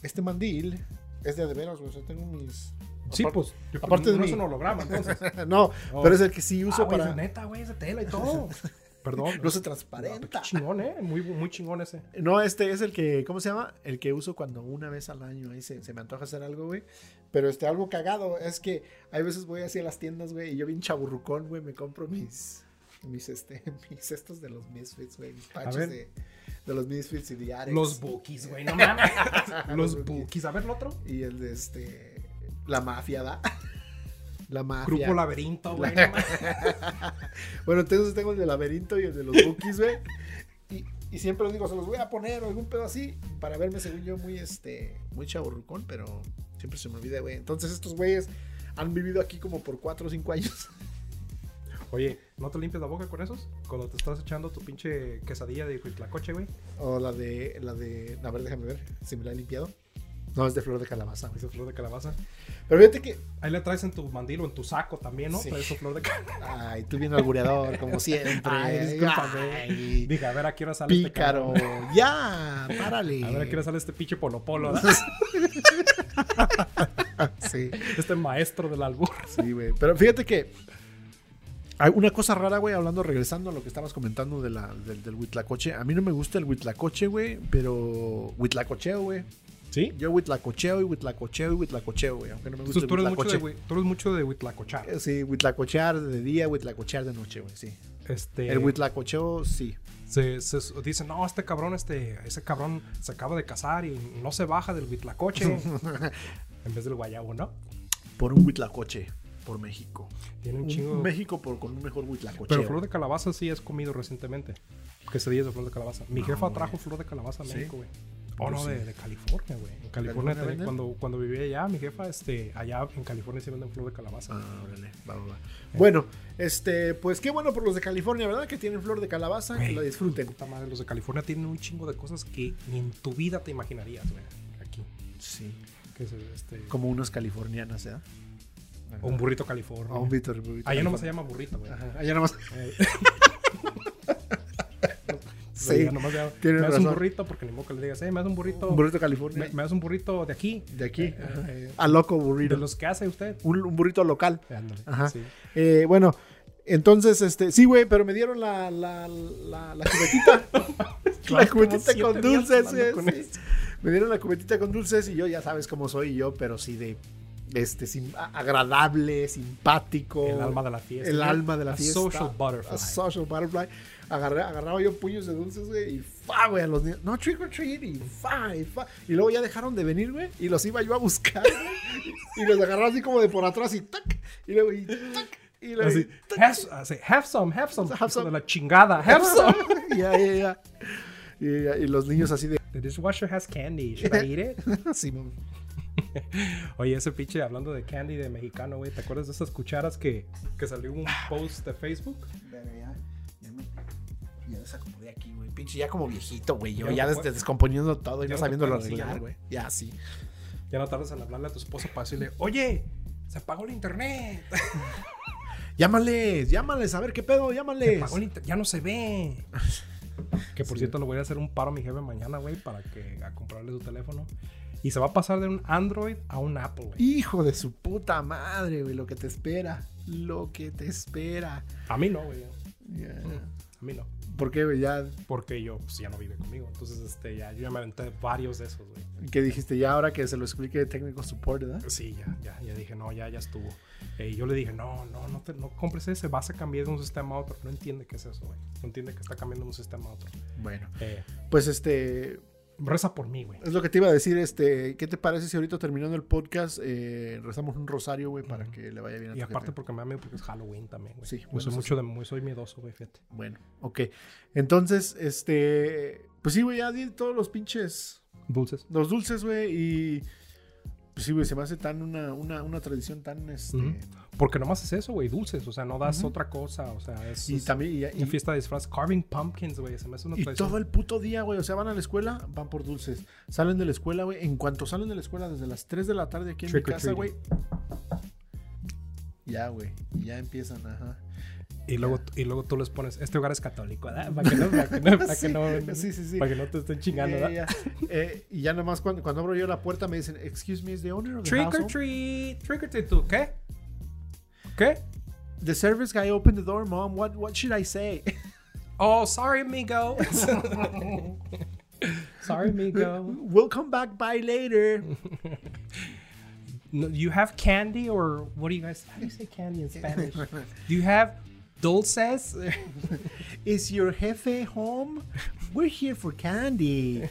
Speaker 1: este mandil es de a de veras, güey. Yo tengo mis.
Speaker 2: Sí,
Speaker 1: Apar-
Speaker 2: pues. yo-
Speaker 1: aparte de
Speaker 2: no
Speaker 1: mí.
Speaker 2: es un holograma, entonces.
Speaker 1: no,
Speaker 2: Oh.
Speaker 1: pero es el que sí uso
Speaker 2: Ah, güey,
Speaker 1: para.
Speaker 2: es neta, güey, es de tela y todo. Perdón.
Speaker 1: no se
Speaker 2: No, qué
Speaker 1: transparenta.
Speaker 2: chingón, eh. Muy, muy chingón ese.
Speaker 1: No, este es el que, ¿cómo se llama? El que uso cuando una vez al año ahí se, se me antoja hacer algo, güey. Pero este, algo cagado es que hay veces voy así a las tiendas, güey, y yo bien chaburrucón, güey, me compro mis, mis, este, mis estos de los Misfits, güey, mis
Speaker 2: ver.
Speaker 1: patches de, de los Misfits y de Ares.
Speaker 2: Los bookies, güey, no mames.
Speaker 1: Los
Speaker 2: Los
Speaker 1: bookies.
Speaker 2: bookies. A ver, el otro.
Speaker 1: Y el de este, la mafia, ¿da? La mafia.
Speaker 2: Grupo Laberinto, güey, no mames.
Speaker 1: Bueno, entonces tengo el del laberinto y el de los bookies, güey. Y, y siempre los digo, se los voy a poner o algún pedo así para verme, según yo, muy, este, muy chaburrucón, pero siempre se me olvida, güey. Entonces estos güeyes han vivido aquí como por 4 o 5 años.
Speaker 2: Oye, ¿no te limpias la boca con esos? Cuando te estás echando tu pinche quesadilla de cuitlacoche, güey.
Speaker 1: O la de, la de, a ver, déjame ver si me la he limpiado. No, es de flor de calabaza, güey.
Speaker 2: Esa flor de calabaza.
Speaker 1: Pero fíjate que,
Speaker 2: Ahí la traes en tu mandil o en tu saco también, ¿no?
Speaker 1: Sí.
Speaker 2: Traes tu flor de calabaza.
Speaker 1: ay, tú bien albureador, como siempre.
Speaker 2: Ay, discúlpame.
Speaker 1: Ay,
Speaker 2: Dije, a ver, ¿a qué hora sale este cabrón?
Speaker 1: pícaro. Ya, párale.
Speaker 2: A ver, ¿a qué hora sale este pinche polo polo? ¿verdad?
Speaker 1: Sí.
Speaker 2: Este maestro del albur.
Speaker 1: Sí, güey. Pero fíjate que. Hay una cosa rara, güey, hablando, regresando a lo que estabas comentando de la, del, del huitlacoche. A mí no me gusta el huitlacoche, güey, pero huitlacocheo, güey.
Speaker 2: ¿Sí?
Speaker 1: Yo huitlacocheo y huitlacocheo y huitlacocheo, güey, aunque no me gusta
Speaker 2: Entonces
Speaker 1: el
Speaker 2: tú eres, mucho Pues de,
Speaker 1: huitlacoche.
Speaker 2: hui- tú eres mucho de huitlacochar.
Speaker 1: Eh, Sí, huitlacochear de día, huitlacochear de noche, güey, sí.
Speaker 2: Este,
Speaker 1: El huitlacocheo, sí.
Speaker 2: se, se dice, no, este cabrón, este, ese cabrón se acaba de casar y no se baja del huitlacoche. en vez del guayabo, ¿no?
Speaker 1: Por un huitlacoche, por México.
Speaker 2: Tiene un
Speaker 1: Un-
Speaker 2: chingo.
Speaker 1: México por, con un mejor huitlacocheo.
Speaker 2: Pero flor de calabaza sí has comido recientemente. Quesadillas de flor de calabaza. Mi
Speaker 1: No,
Speaker 2: jefa
Speaker 1: güey.
Speaker 2: trajo flor de calabaza a
Speaker 1: ¿Sí?
Speaker 2: México, güey.
Speaker 1: Yo
Speaker 2: Oh, no,
Speaker 1: sí.
Speaker 2: de, de California, güey. En
Speaker 1: ¿California
Speaker 2: California, también,
Speaker 1: venden?
Speaker 2: cuando, cuando vivía allá, mi jefa, este, allá en California sí venden flor de calabaza.
Speaker 1: Ah, órale, va, va, va. Bueno, este, pues qué bueno por los de California, ¿verdad? Que tienen flor de calabaza, que
Speaker 2: Güey,
Speaker 1: la disfruten.
Speaker 2: Puta madre, los de California tienen un chingo de cosas que ni en tu vida te imaginarías, güey. Aquí.
Speaker 1: Sí.
Speaker 2: Que es este.
Speaker 1: Como unas californianas, ¿verdad?
Speaker 2: o un burrito California.
Speaker 1: Ah, un Víctor. un Víctor
Speaker 2: allá nomás se
Speaker 1: California.
Speaker 2: llama burrito, güey.
Speaker 1: Ajá, allá nomás.
Speaker 2: Eh,
Speaker 1: Sí,
Speaker 2: allá nomás se llama,
Speaker 1: tienes
Speaker 2: me das un
Speaker 1: razón.
Speaker 2: burrito porque ni modo que le digas, eh, me das un burrito.
Speaker 1: Un burrito California.
Speaker 2: me, me das un burrito de aquí.
Speaker 1: De aquí.
Speaker 2: Eh,
Speaker 1: ajá.
Speaker 2: eh,
Speaker 1: A loco
Speaker 2: de
Speaker 1: burrito.
Speaker 2: los que hace usted.
Speaker 1: Un, un burrito local.
Speaker 2: Ándale,
Speaker 1: Ajá.
Speaker 2: sí.
Speaker 1: Eh, bueno, entonces, este, sí, güey, pero me dieron la, la, la, la cubetita. la
Speaker 2: como
Speaker 1: cubetita
Speaker 2: siete
Speaker 1: con
Speaker 2: días
Speaker 1: dulces.
Speaker 2: hablando
Speaker 1: sí,
Speaker 2: con
Speaker 1: sí.
Speaker 2: esto.
Speaker 1: Me dieron la cubetita con dulces y yo ya sabes cómo soy yo, pero sí de este sim- a- agradable, simpático.
Speaker 2: El alma de la fiesta.
Speaker 1: El
Speaker 2: ¿no?
Speaker 1: alma de la
Speaker 2: A
Speaker 1: fiesta.
Speaker 2: Social butterfly.
Speaker 1: A social butterfly. Agarré- agarraba yo puños de dulces, güey, y fa, güey, a los niños. No, trick or treat, y fa, y fa. Y luego ya dejaron de venir, güey, y los iba yo a buscar, güey. Y los agarraba así como de por atrás, y tac. Y luego, y tac. Y luego,
Speaker 2: Así,
Speaker 1: y tac.
Speaker 2: have, s- así, have some, have some.
Speaker 1: Have some.
Speaker 2: De la chingada, have some.
Speaker 1: Ya, ya, ya. Y, ya, y los niños así de.
Speaker 2: The dishwasher has candy. Should I eat it?
Speaker 1: Simón.
Speaker 2: Oye, ese pinche hablando de candy de mexicano, güey. ¿Te acuerdas de esas cucharas que, que salió un post de Facebook?
Speaker 1: Verga, ya, ya me ya desacomodé aquí, güey. Pinche, ya como viejito, güey. Yo
Speaker 2: Ya no
Speaker 1: ya
Speaker 2: te
Speaker 1: des-
Speaker 2: puedes-
Speaker 1: descomponiendo todo y no
Speaker 2: ya no te
Speaker 1: sabiéndolo
Speaker 2: puedes
Speaker 1: arreglar,
Speaker 2: ir,
Speaker 1: güey. Ya, sí.
Speaker 2: Ya no tardas en hablarle a tu esposo para decirle, oye, se apagó el internet.
Speaker 1: Llámales, llámales, a ver qué pedo,
Speaker 2: Se
Speaker 1: llámales.
Speaker 2: apagó el inter- ya no se ve. Que por
Speaker 1: Sí.
Speaker 2: cierto, le voy a hacer un paro a mi jefe mañana, güey, para que a comprarle su teléfono. Y se va a pasar de un Android a un Apple, güey.
Speaker 1: Hijo de su puta madre, güey, lo que te espera. Lo que te espera.
Speaker 2: A mí no, güey.
Speaker 1: Ya.
Speaker 2: A mí no.
Speaker 1: ¿Por qué, güey? Ya,
Speaker 2: Porque yo, pues ya no vive conmigo. Entonces, este, ya, yo ya me aventé varios de esos, güey.
Speaker 1: ¿qué dijiste? Ya ahora que se lo explique el técnico support, ¿verdad?
Speaker 2: Sí, ya, ya, ya dije, no, ya, ya estuvo. Eh, y yo le dije, no, no, no, te, no compres ese, vas a cambiar de un sistema a otro. No entiende qué es eso, güey. No entiende que está cambiando de un sistema a otro.
Speaker 1: Bueno,
Speaker 2: Eh,
Speaker 1: pues este,
Speaker 2: reza por mí, güey.
Speaker 1: Es lo que te iba a decir, este, ¿qué te parece si ahorita terminando el podcast eh, rezamos un rosario, güey, para
Speaker 2: Ujú.
Speaker 1: que le vaya bien a
Speaker 2: Y
Speaker 1: tu
Speaker 2: aparte
Speaker 1: jefe?
Speaker 2: porque me amé porque es Halloween también, güey.
Speaker 1: Sí,
Speaker 2: Yo
Speaker 1: bueno,
Speaker 2: soy
Speaker 1: eso
Speaker 2: mucho de, muy- soy miedoso, güey, fíjate.
Speaker 1: Bueno, ok. Entonces, este, pues sí, güey, ya di todos los pinches,
Speaker 2: Dulces.
Speaker 1: los dulces, güey, y pues sí, güey, se me hace tan una, una, una tradición tan, este,
Speaker 2: Ujú. Porque nomás es eso, güey, dulces. O sea, no das
Speaker 1: Ujú.
Speaker 2: otra cosa. O sea, es,
Speaker 1: y
Speaker 2: es
Speaker 1: también, y,
Speaker 2: una
Speaker 1: y-
Speaker 2: fiesta de disfraz. Carving pumpkins, güey. Se me hace una
Speaker 1: y
Speaker 2: tradición.
Speaker 1: todo el puto día, güey, o sea, van a la escuela, van por dulces, salen de la escuela, güey, en cuanto salen de la escuela, desde las 3 de la tarde aquí en mi
Speaker 2: Trick or
Speaker 1: casa, güey.
Speaker 2: treating.
Speaker 1: Ya, güey, y ya empiezan, ajá.
Speaker 2: Y luego, y luego tú les pones, este hogar es católico, ¿verdad? Para que no, para que no, para que
Speaker 1: Sí,
Speaker 2: no,
Speaker 1: sí, sí, sí.
Speaker 2: Para que no te estén chingando,
Speaker 1: Ya,
Speaker 2: ¿verdad?
Speaker 1: ya, ya. Eh, y ya nomás cuando, cuando abro yo la puerta me dicen, excuse me, is the owner of the
Speaker 2: Trick or
Speaker 1: household?"
Speaker 2: treat, trick or treat, ¿tú qué? ¿Qué?
Speaker 1: The service guy opened the door, mom. What what should I say?
Speaker 2: Oh, sorry, amigo. sorry, amigo.
Speaker 1: we'll come back by later.
Speaker 2: No, you have candy or what do you guys? How do you say candy in Spanish? do you have dulces?
Speaker 1: Is your jefe home? We're here for candy.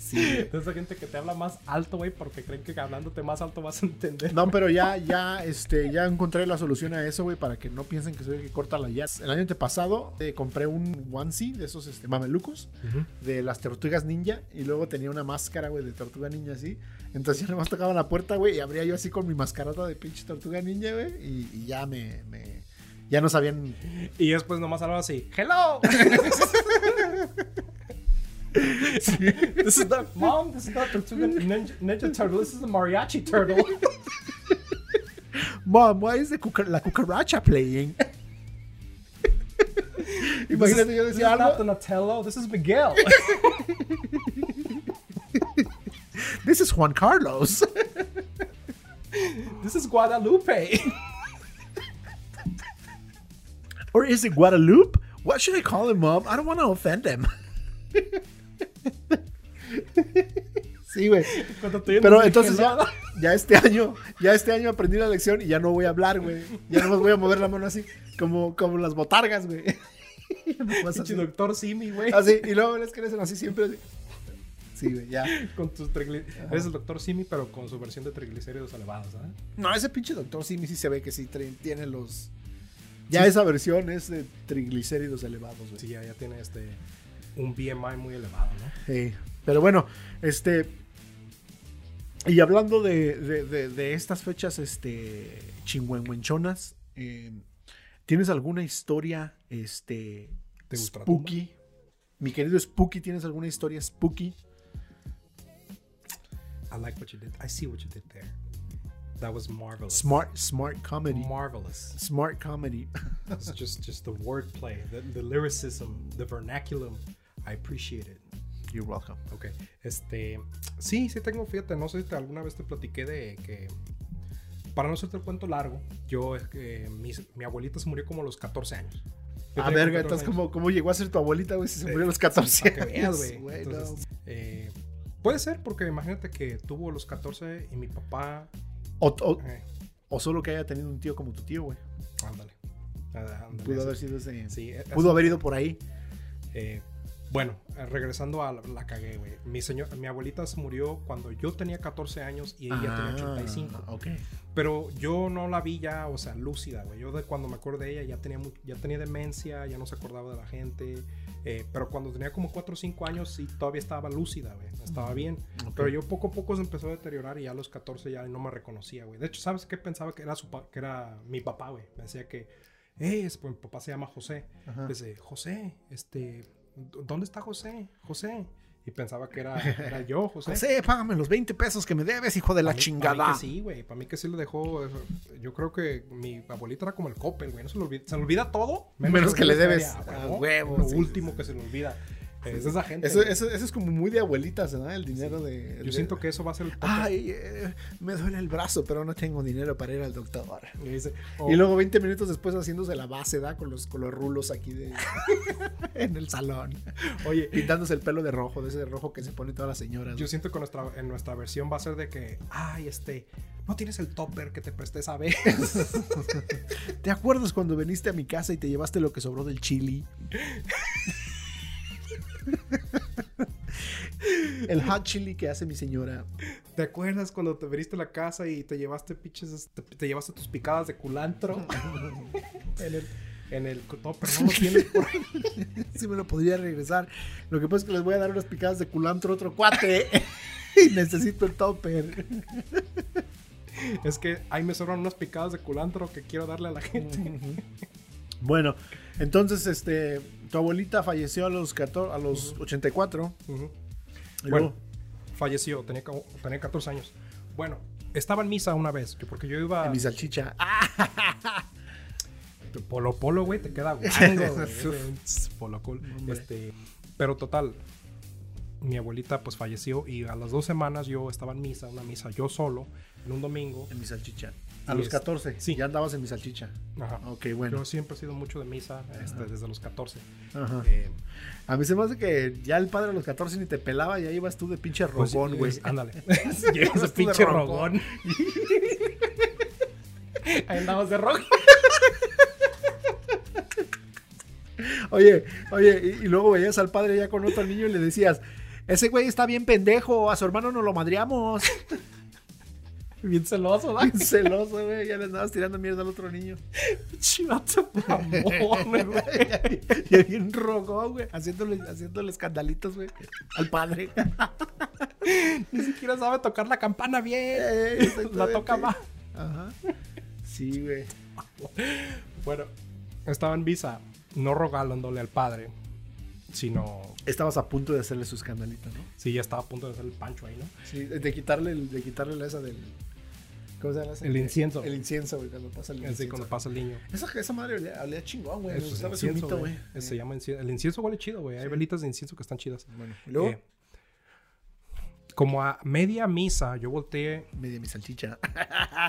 Speaker 1: Sí.
Speaker 2: De esa gente que te habla más alto, güey, porque creen que hablándote más alto vas a entender.
Speaker 1: No, pero ya, ya, este, ya encontré la solución a eso, güey, para que no piensen que soy el que corta la jazz. El año antepasado eh, compré un onesie de esos este, mamelucos. de las tortugas ninja y luego tenía una máscara, güey, de tortuga ninja así. Entonces ya nomás tocaba la puerta, güey, y abría yo así con mi mascarota de pinche tortuga ninja, güey, y, y ya me, me- Ya no sabían...
Speaker 2: Y después nomás hablaba así, hello. This is not mom. This is not Tortuga Ninja, Ninja Turtle. This is the Mariachi Turtle.
Speaker 1: Mom, why is the cuca- la cucaracha playing? Imagínate, yo
Speaker 2: This is
Speaker 1: decía
Speaker 2: not
Speaker 1: algo...
Speaker 2: Donatello. This is Miguel.
Speaker 1: This is Juan Carlos.
Speaker 2: This is Guadalupe.
Speaker 1: Or is it Guadalupe? What should I call him, mom? I don't want to offend him. sí, güey.
Speaker 2: Cuando estoy en
Speaker 1: Pero
Speaker 2: el
Speaker 1: entonces ya,
Speaker 2: quemado.
Speaker 1: ya este año, ya este año aprendí la lección y ya no voy a hablar, güey. Ya no voy a mover la mano así, como, como las botargas, güey. Nomás
Speaker 2: Pinche
Speaker 1: así,
Speaker 2: doctor Simi, güey.
Speaker 1: Así, y luego les crecen así siempre. así. Sí, güey, ya.
Speaker 2: Con tus triglicéridos. Eres el doctor Simi, pero con su versión de triglicéridos elevados, ¿eh?
Speaker 1: No, ese pinche doctor Simi sí se ve que sí tre- tiene los. Ya esa versión es de triglicéridos elevados, güey.
Speaker 2: Sí, ya, ya tiene este. Un BMI muy elevado, ¿no?
Speaker 1: Sí, pero bueno, este. Y hablando de, de- de- de estas fechas este, chingüengüenchonas, eh, ¿tienes alguna historia este,
Speaker 2: ¿Te gusta la
Speaker 1: spooky? Mi querido Spooky, ¿tienes alguna historia spooky?
Speaker 2: I like what you did. I see what you did there. That was marvelous.
Speaker 1: Smart, smart comedy.
Speaker 2: Marvelous.
Speaker 1: Smart comedy.
Speaker 2: It's just, just the wordplay, the, the lyricism, the vernaculum. I appreciate it.
Speaker 1: You're welcome.
Speaker 2: Ok. Este. Sí, sí tengo, fíjate, no sé si te- alguna vez te platiqué de que. Para no hacerte el cuento largo, yo, eh, mis- mi abuelita se murió como a los 14 años.
Speaker 1: Ah,
Speaker 2: tenía
Speaker 1: verga,
Speaker 2: 14
Speaker 1: entonces,
Speaker 2: años.
Speaker 1: ¿cómo, ¿cómo llegó a ser tu abuelita, güey? Si se
Speaker 2: Eh,
Speaker 1: murió a los 14
Speaker 2: Para que
Speaker 1: años,
Speaker 2: veas, güey.
Speaker 1: güey, no.
Speaker 2: Entonces, eh, puede ser, porque imagínate que tuvo los 14 y mi papá.
Speaker 1: o, o-
Speaker 2: eh,
Speaker 1: o solo que haya tenido un tío como tu tío, güey.
Speaker 2: ándale. Ah, ándale,
Speaker 1: Pudo
Speaker 2: ese-
Speaker 1: haber sido ese.
Speaker 2: sí, eh,
Speaker 1: Pudo haber ido por ahí.
Speaker 2: eh, bueno, eh, regresando a la, la cagué, güey. Mi, señor, mi abuelita se murió cuando yo tenía 14 años y ella tenía 85.
Speaker 1: Ah, Ok.
Speaker 2: Pero yo no la vi ya, o sea, lúcida, güey. Yo de cuando me acuerdo de ella ya tenía, mu- ya tenía demencia, ya no se acordaba de la gente. Eh, pero cuando tenía como 4 o 5 años sí todavía estaba lúcida, güey. Estaba bien.
Speaker 1: ok.
Speaker 2: Pero yo poco a poco se empezó a deteriorar y ya a los 14 ya no me reconocía, güey. De hecho, ¿sabes qué? Pensaba que era, su pa- que era mi papá, güey. Me decía que, eh, es- pues, mi papá se llama José.
Speaker 1: Ajá.
Speaker 2: Dice, José, este, ¿dó- ¿dónde está José? José. Y pensaba que era, era yo, José.
Speaker 1: José, págame los 20 pesos que me debes, hijo de la
Speaker 2: Pa' mí-
Speaker 1: chingada.
Speaker 2: pa' mí que sí, güey. Para mí que sí lo dejó. eh, Yo creo que mi abuelita era como el Coppel, güey. No se le olvida, se le olvida todo.
Speaker 1: Menos
Speaker 2: lo
Speaker 1: que le
Speaker 2: sea
Speaker 1: debes.
Speaker 2: de
Speaker 1: A
Speaker 2: huevo,
Speaker 1: huevo,
Speaker 2: Lo
Speaker 1: sí,
Speaker 2: último
Speaker 1: sí,
Speaker 2: que se le olvida. Es esa gente.
Speaker 1: Eso,
Speaker 2: güey.
Speaker 1: eso, eso es como muy de abuelitas, ¿verdad? El dinero de.
Speaker 2: Yo siento que eso va a ser el tope.
Speaker 1: Ay, eh, me duele el brazo, pero no tengo dinero para ir al doctor.
Speaker 2: Y dice, oh,
Speaker 1: Y luego 20 minutos después haciéndose la base, ¿da? Con los, con los rulos aquí de, en el salón.
Speaker 2: "Oh, oye,
Speaker 1: Pintándose el pelo de rojo, de ese rojo que se pone todas las señoras.
Speaker 2: Yo siento que nuestra, en nuestra versión va a ser de que, ay, este, no tienes el topper que te presté esa vez.
Speaker 1: ¿Te acuerdas cuando viniste a mi casa y te llevaste lo que sobró del chili? el hot chili que hace mi señora.
Speaker 2: ¿Te acuerdas cuando te veniste a la casa y te llevaste pinches, te, te llevaste tus picadas de culantro en el, en el topper? No lo tienes por ahí.
Speaker 1: Si me lo podría regresar. Lo que pasa es que les voy a dar unas picadas de culantro a otro cuate. y necesito el topper.
Speaker 2: Es que ahí me sobran unas picadas de culantro que quiero darle a la gente.
Speaker 1: Bueno, entonces este tu abuelita falleció a los 14, a los 84.
Speaker 2: Ujú.
Speaker 1: y
Speaker 2: Bueno,
Speaker 1: luego-
Speaker 2: falleció, tenía, como- tenía 14 años. Bueno, estaba en misa una vez, yo- porque yo iba...
Speaker 1: mi salchicha. Ah,
Speaker 2: Polo Polo, güey, te queda guango, güey. Ese, Polo cool.
Speaker 1: Hombre.
Speaker 2: Este, pero total, mi abuelita pues falleció y a las dos semanas yo estaba en misa, una misa yo solo, en un domingo.
Speaker 1: en mi salchicha. A
Speaker 2: Y
Speaker 1: los
Speaker 2: es-
Speaker 1: 14.
Speaker 2: sí.
Speaker 1: Ya andabas en mi salchicha.
Speaker 2: Ajá.
Speaker 1: Ok, bueno.
Speaker 2: Yo siempre he sido mucho de misa este, desde los 14.
Speaker 1: Ajá.
Speaker 2: Eh,
Speaker 1: A mí se me hace que ya el padre a los 14 ni te pelaba, ya ibas tú de pinche
Speaker 2: pues,
Speaker 1: rogón, güey.
Speaker 2: eh, Ándale. Llegas
Speaker 1: Ibas tú
Speaker 2: de
Speaker 1: de
Speaker 2: pinche
Speaker 1: rogón.
Speaker 2: rogón. Ahí andabas de rogón.
Speaker 1: Oye, oye, y, y luego veías al padre ya con otro niño y le decías, ese güey está bien pendejo, a su hermano no lo madreamos.
Speaker 2: Bien celoso, ¿verdad?
Speaker 1: Celoso, güey, ya le andabas tirando mierda al otro niño.
Speaker 2: Chivato, mamón, güey.
Speaker 1: y bien rogó, güey, haciéndole, haciéndole escandalitos, güey, al padre.
Speaker 2: Ni siquiera sabe tocar la campana bien.
Speaker 1: Eh,
Speaker 2: La
Speaker 1: exactamente.
Speaker 2: toca más.
Speaker 1: Ajá. Sí, güey.
Speaker 2: Bueno, estaba en visa, no rogándole al padre, sino
Speaker 1: Estabas a punto de hacerle su escandalito, ¿no?
Speaker 2: si ya estaba a punto de hacer el pancho ahí, ¿no?
Speaker 1: Sí, de quitarle, el- de quitarle la esa del... ¿Cómo se llama? esa?
Speaker 2: El incienso.
Speaker 1: El incienso, güey, cuando pasa el
Speaker 2: Así
Speaker 1: incienso.
Speaker 2: cuando pasa el niño.
Speaker 1: Esa, esa madre olía, olía chingón, güey. Me
Speaker 2: Eso es
Speaker 1: gustaba ese
Speaker 2: incienso,
Speaker 1: humito,
Speaker 2: güey.
Speaker 1: güey.
Speaker 2: Eso Se llama incienso. El incienso huele chido, güey. Hay velitas de incienso que están chidas.
Speaker 1: Bueno, y luego,
Speaker 2: Eh, como a media misa, yo volteé
Speaker 1: media mi salchicha.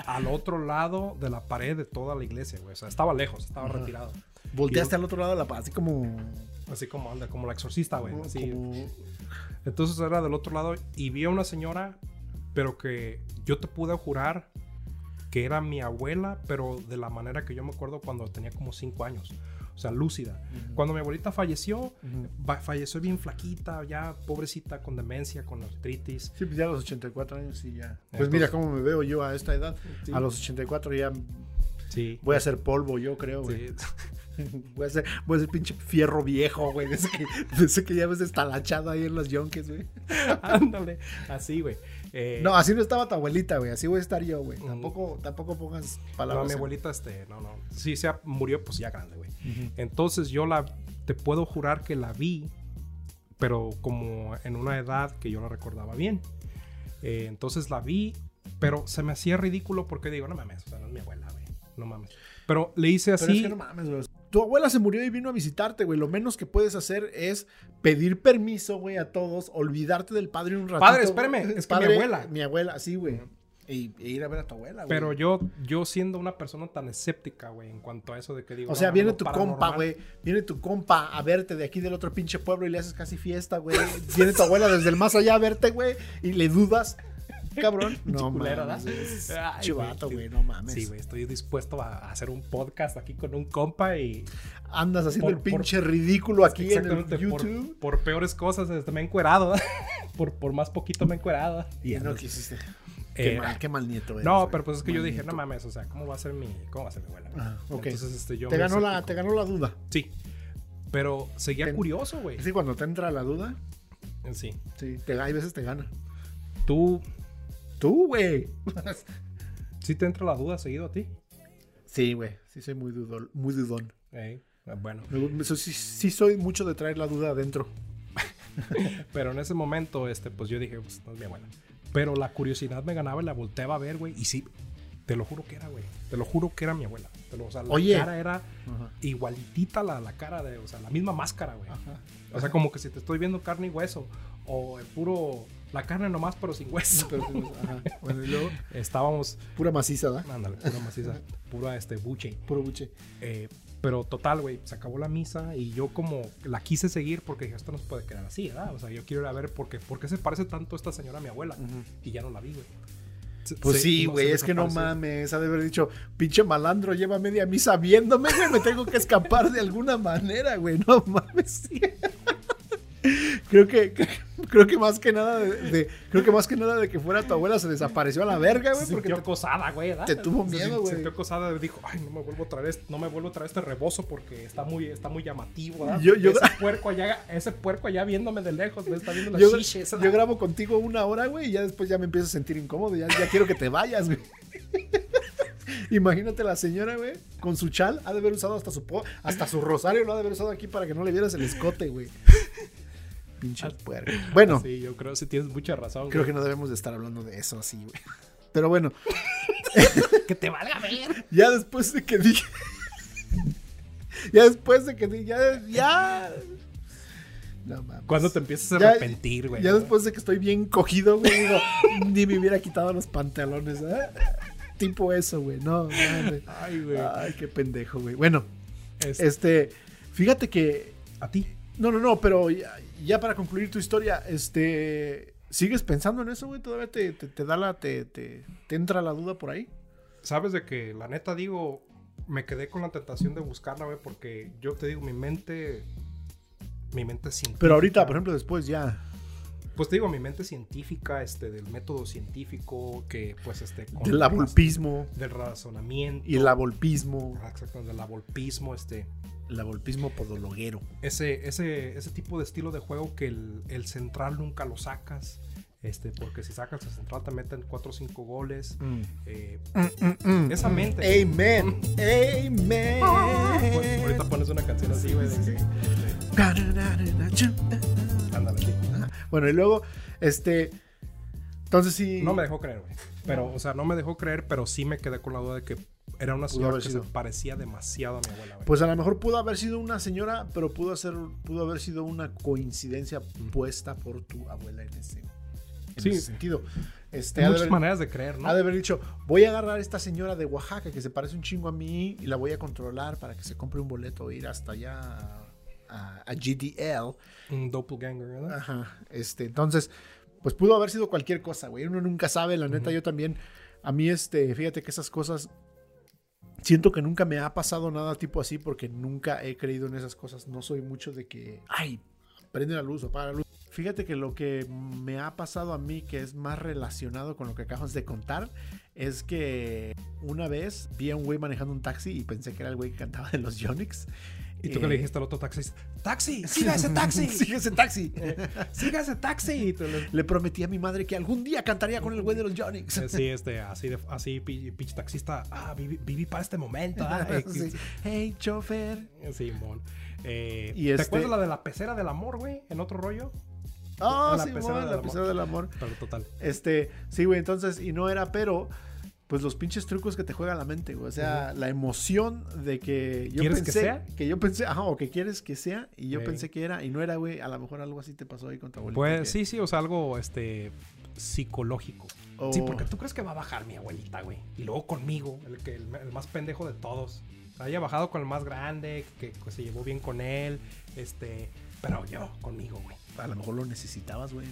Speaker 2: al otro lado de la pared de toda la iglesia, güey. O sea, estaba lejos, estaba
Speaker 1: Ajá.
Speaker 2: retirado.
Speaker 1: Volteaste al otro lado de la paz, así como...
Speaker 2: Así como anda, como la exorcista, güey.
Speaker 1: como-
Speaker 2: Así,
Speaker 1: como-
Speaker 2: Entonces era del otro lado y vi a una señora, pero que yo te pude jurar que era mi abuela, pero de la manera que yo me acuerdo cuando tenía como 5 años. O sea, lúcida.
Speaker 1: Ujú.
Speaker 2: Cuando mi abuelita falleció,
Speaker 1: Ujú.
Speaker 2: va- falleció bien flaquita, ya pobrecita, con demencia, con artritis.
Speaker 1: Sí, pues ya a los 84 años sí ya. Pues
Speaker 2: Entonces-
Speaker 1: mira cómo me veo yo a esta edad.
Speaker 2: Sí.
Speaker 1: A los 84 ya
Speaker 2: Sí.
Speaker 1: voy a ser polvo, yo creo, güey. Voy, a ser, voy a ser pinche fierro viejo, güey. De ese que, de ese que ya ves estalachado ahí en los yonques, güey.
Speaker 2: Ándale. Así, güey. Eh,
Speaker 1: No, así no estaba tu abuelita, güey. Así voy a estar yo, güey.
Speaker 2: Mm.
Speaker 1: Tampoco, tampoco pongas
Speaker 2: no,
Speaker 1: palabras.
Speaker 2: mi
Speaker 1: en-
Speaker 2: abuelita, este, no, no. Sí, se murió, pues ya grande, güey.
Speaker 1: Ujú.
Speaker 2: Entonces yo la te puedo jurar que la vi, pero como en una edad que yo la recordaba bien. Eh, entonces la vi, pero se me hacía ridículo porque digo, no mames, o sea, no es mi abuela, güey. No mames. Pero le hice
Speaker 1: Pero es
Speaker 2: así.
Speaker 1: que no mames, güey. Tu abuela se murió y vino a visitarte, güey. Lo menos que puedes hacer es pedir permiso, güey, a todos, olvidarte del padre un ratito.
Speaker 2: Padre, espéreme, es que mi abuela.
Speaker 1: Mi abuela, sí, güey. Y, e ir a ver a tu abuela, güey.
Speaker 2: Pero yo, yo siendo una persona tan escéptica, güey, en cuanto a eso de que digo.
Speaker 1: O sea,
Speaker 2: "No,
Speaker 1: viene
Speaker 2: lo
Speaker 1: tu compa,
Speaker 2: paranormal".
Speaker 1: güey. Viene tu compa a verte de aquí del otro pinche pueblo y le haces casi fiesta, güey. Viene tu abuela desde el más allá a verte, güey. Y le dudas. Cabrón. No
Speaker 2: culero,
Speaker 1: mames.
Speaker 2: ¿verdad? Ay,
Speaker 1: Chivato,
Speaker 2: güey.
Speaker 1: güey. No mames.
Speaker 2: Sí, güey, estoy dispuesto a hacer un podcast aquí con un compa y.
Speaker 1: Andas haciendo
Speaker 2: Por-
Speaker 1: el pinche ridículo aquí en el
Speaker 2: Exactamente, por,
Speaker 1: YouTube.
Speaker 2: por peores cosas este, me he encuerado. por, por más poquito me he encuerado.
Speaker 1: Y no quisiste. Qué
Speaker 2: Eh,
Speaker 1: mal, qué mal nieto eres,
Speaker 2: No,
Speaker 1: güey.
Speaker 2: pero pues es que yo
Speaker 1: Mal
Speaker 2: dije,
Speaker 1: nieto.
Speaker 2: no mames, o sea, ¿cómo va a ser mi, cómo va a ser mi abuela?
Speaker 1: Ah, ok.
Speaker 2: Entonces, este, yo
Speaker 1: te,
Speaker 2: me
Speaker 1: ganó la,
Speaker 2: escéptico.
Speaker 1: te ganó la duda.
Speaker 2: Sí. Pero seguía
Speaker 1: Ten-
Speaker 2: curioso, güey.
Speaker 1: Es que cuando te entra la duda,
Speaker 2: Sí.
Speaker 1: sí, te, hay veces te gana.
Speaker 2: ¿Tú
Speaker 1: Tú, güey.
Speaker 2: sí te entra la duda seguido a ti?
Speaker 1: sí, güey. Sí, soy muy, dudol- muy dudón.
Speaker 2: Ey, Bueno,
Speaker 1: Me gu- me- so- Sí, sí soy mucho de traer la duda adentro.
Speaker 2: pero en ese momento, este, pues yo dije, pues no es mi abuela. Pero la curiosidad me ganaba y la volteaba a ver, güey. Y sí, te lo juro que era, güey. Te lo juro que era mi abuela. Te lo- o sea, la
Speaker 1: Oye.
Speaker 2: cara era igualitita la, la cara de, o sea, la misma máscara, güey. O sea, como que si te estoy viendo carne y hueso. O el puro, la carne nomás, pero sin hueso.
Speaker 1: Pero, ajá. Bueno, y luego,
Speaker 2: Estábamos,
Speaker 1: pura maciza, ¿da?
Speaker 2: ándale, pura maciza, pura este buche.
Speaker 1: Puro buche.
Speaker 2: Eh, pero total, güey, se acabó la misa y yo como la quise seguir porque dije, esto no se puede quedar así, ¿verdad? O sea, yo quiero ir a ver por qué, por qué se parece tanto esta señora a mi abuela. Y ya no la vi, güey. Se-
Speaker 1: Pues
Speaker 2: se-
Speaker 1: sí,
Speaker 2: no,
Speaker 1: güey,
Speaker 2: se
Speaker 1: es que no
Speaker 2: desapareció.
Speaker 1: mames. Ha de haber dicho, pinche malandro, lleva media misa viéndome, güey. Me tengo que escapar de alguna manera, güey. No mames. sí. Creo que, creo que más que nada de, de- creo que más que nada de que fuera tu abuela se desapareció a la verga,
Speaker 2: Se
Speaker 1: güey, porque
Speaker 2: sintió acosada, güey, ¿verdad?
Speaker 1: te tuvo
Speaker 2: Se-
Speaker 1: miedo,
Speaker 2: se
Speaker 1: güey.
Speaker 2: sintió acosada, dijo, ay, no me vuelvo a traer, este- no me vuelvo a traer este rebozo porque está muy, está muy llamativo, ¿verdad?
Speaker 1: Yo- yo-
Speaker 2: Ese puerco allá, ese puerco allá viéndome de lejos, me está viendo
Speaker 1: te-
Speaker 2: las
Speaker 1: yo,
Speaker 2: chiches.
Speaker 1: yo grabo contigo una hora, güey, y ya después ya me empiezo a sentir incómodo, ya, ya quiero que te vayas, güey. Imagínate la señora, güey, con su chal, ha de haber usado hasta su po- hasta su rosario, lo ha de haber usado aquí para que no le vieras el escote, güey. Pinche puerco. Bueno,
Speaker 2: Ah. Sí, yo creo, sí tienes mucha razón.
Speaker 1: Creo que
Speaker 2: güey.
Speaker 1: no debemos de estar hablando de eso así, güey. Pero bueno,
Speaker 2: que te valga ver.
Speaker 1: ya después de que dije. ya después de que dije. Ya. ya... No mames.
Speaker 2: Cuando te empiezas a
Speaker 1: Ya-
Speaker 2: arrepentir, güey.
Speaker 1: Ya
Speaker 2: ¿no?
Speaker 1: después de que estoy bien cogido, güey, digo, ni me hubiera quitado los pantalones, ¿eh? Tipo eso, güey. No, mames.
Speaker 2: Ay, güey.
Speaker 1: Ay, qué pendejo, güey. Bueno,
Speaker 2: Es-
Speaker 1: este. Fíjate que.
Speaker 2: a ti.
Speaker 1: No, no, no, pero ya, ya para concluir tu historia, este. ¿Sigues pensando en eso, güey? ¿Todavía te, te- te da la. Te, te, te entra la duda por ahí?
Speaker 2: Sabes de que la neta digo, me quedé con la tentación de buscarla, güey, porque yo te digo, mi mente. Mi mente científica.
Speaker 1: Pero ahorita, por ejemplo, después ya.
Speaker 2: Pues te digo, mi mente científica, este, del método científico, que pues este. con-
Speaker 1: Del avolpismo.
Speaker 2: Del razonamiento.
Speaker 1: Y el avolpismo.
Speaker 2: Ah, Exacto, del avolpismo, este.
Speaker 1: El avolpismo podologuero.
Speaker 2: Ese, ese, ese tipo de estilo de juego que el, el central nunca lo sacas. Este, porque si sacas el central te meten 4 o 5 goles. eh,
Speaker 1: Mm,
Speaker 2: Esa mente.
Speaker 1: Amen. Amen.
Speaker 2: Bueno, ahorita pones una canción así, güey. de que- Ándale, sí.
Speaker 1: Bueno, y luego, este. Entonces sí.
Speaker 2: No me dejó creer, güey. Pero, o sea, no me dejó creer, pero sí me quedé con la duda de que era una señora
Speaker 1: haber
Speaker 2: que se
Speaker 1: sido.
Speaker 2: parecía demasiado a mi abuela, güey.
Speaker 1: Pues a lo mejor pudo haber sido una señora, pero pudo, ser, pudo haber sido una coincidencia puesta por tu abuela en ese, en
Speaker 2: Sí.
Speaker 1: ese sentido. Este,
Speaker 2: Hay
Speaker 1: ha de
Speaker 2: muchas
Speaker 1: haber-
Speaker 2: maneras de creer, ¿no?
Speaker 1: Ha de haber dicho, voy a agarrar a esta señora de Oaxaca que se parece un chingo a mí y la voy a controlar para que se compre un boleto e ir hasta allá a, a- a GDL.
Speaker 2: Un doppelganger, ¿verdad?
Speaker 1: Ajá. Este, entonces, pues pudo haber sido cualquier cosa, güey. Uno nunca sabe, la neta, yo también. A mí, este, fíjate que esas cosas. Siento que nunca me ha pasado nada tipo así porque nunca he creído en esas cosas. No soy mucho de que, ay, prende la luz o apaga la luz. Fíjate que lo que me ha pasado a mí, que es más relacionado con lo que acabas de contar, es que una vez vi a un güey manejando un taxi y pensé que era el güey que cantaba de los Yonix.
Speaker 2: Y tú que le
Speaker 1: Eh,
Speaker 2: dijiste al otro taxista, ¡Taxi! ¡Siga ese taxi!
Speaker 1: ¡Sigue ese taxi!
Speaker 2: ¡Siga ese taxi! Y tú le-
Speaker 1: Le prometí a mi madre que algún día cantaría con el güey de los Jonix.
Speaker 2: Eh, Sí, este, así, de, así, pi- pinche taxista, ah, viví, viví para este momento. ah, eh,
Speaker 1: Sí. Hey, chofer.
Speaker 2: eh, Simón. Eh,
Speaker 1: Y
Speaker 2: ¿Te
Speaker 1: este-
Speaker 2: acuerdas la de la pecera del amor, güey? En otro rollo.
Speaker 1: Oh,
Speaker 2: La
Speaker 1: sí,
Speaker 2: pecera
Speaker 1: güey,
Speaker 2: del
Speaker 1: la
Speaker 2: amor.
Speaker 1: pecera del amor.
Speaker 2: Pero total.
Speaker 1: Este, sí, güey, entonces, y no era, pero, pues los pinches trucos que te juega la mente, güey. O sea, la emoción de que yo
Speaker 2: ¿Quieres que
Speaker 1: pensé.
Speaker 2: sea?
Speaker 1: yo pensé, ajá, o que quieres que sea, y yo
Speaker 2: Ey.
Speaker 1: pensé que era, y no era, güey. A lo mejor algo así te pasó ahí con tu abuelita.
Speaker 2: Pues
Speaker 1: que-
Speaker 2: sí, sí, o sea, algo, este, psicológico.
Speaker 1: Oh.
Speaker 2: Sí, porque tú crees que va a bajar mi abuelita, güey. Y luego conmigo, el, que, el, el más pendejo de todos. Haya bajado con el más grande, que, que se llevó bien con él, este... Pero yo, conmigo, güey.
Speaker 1: A lo mejor lo necesitabas, güey.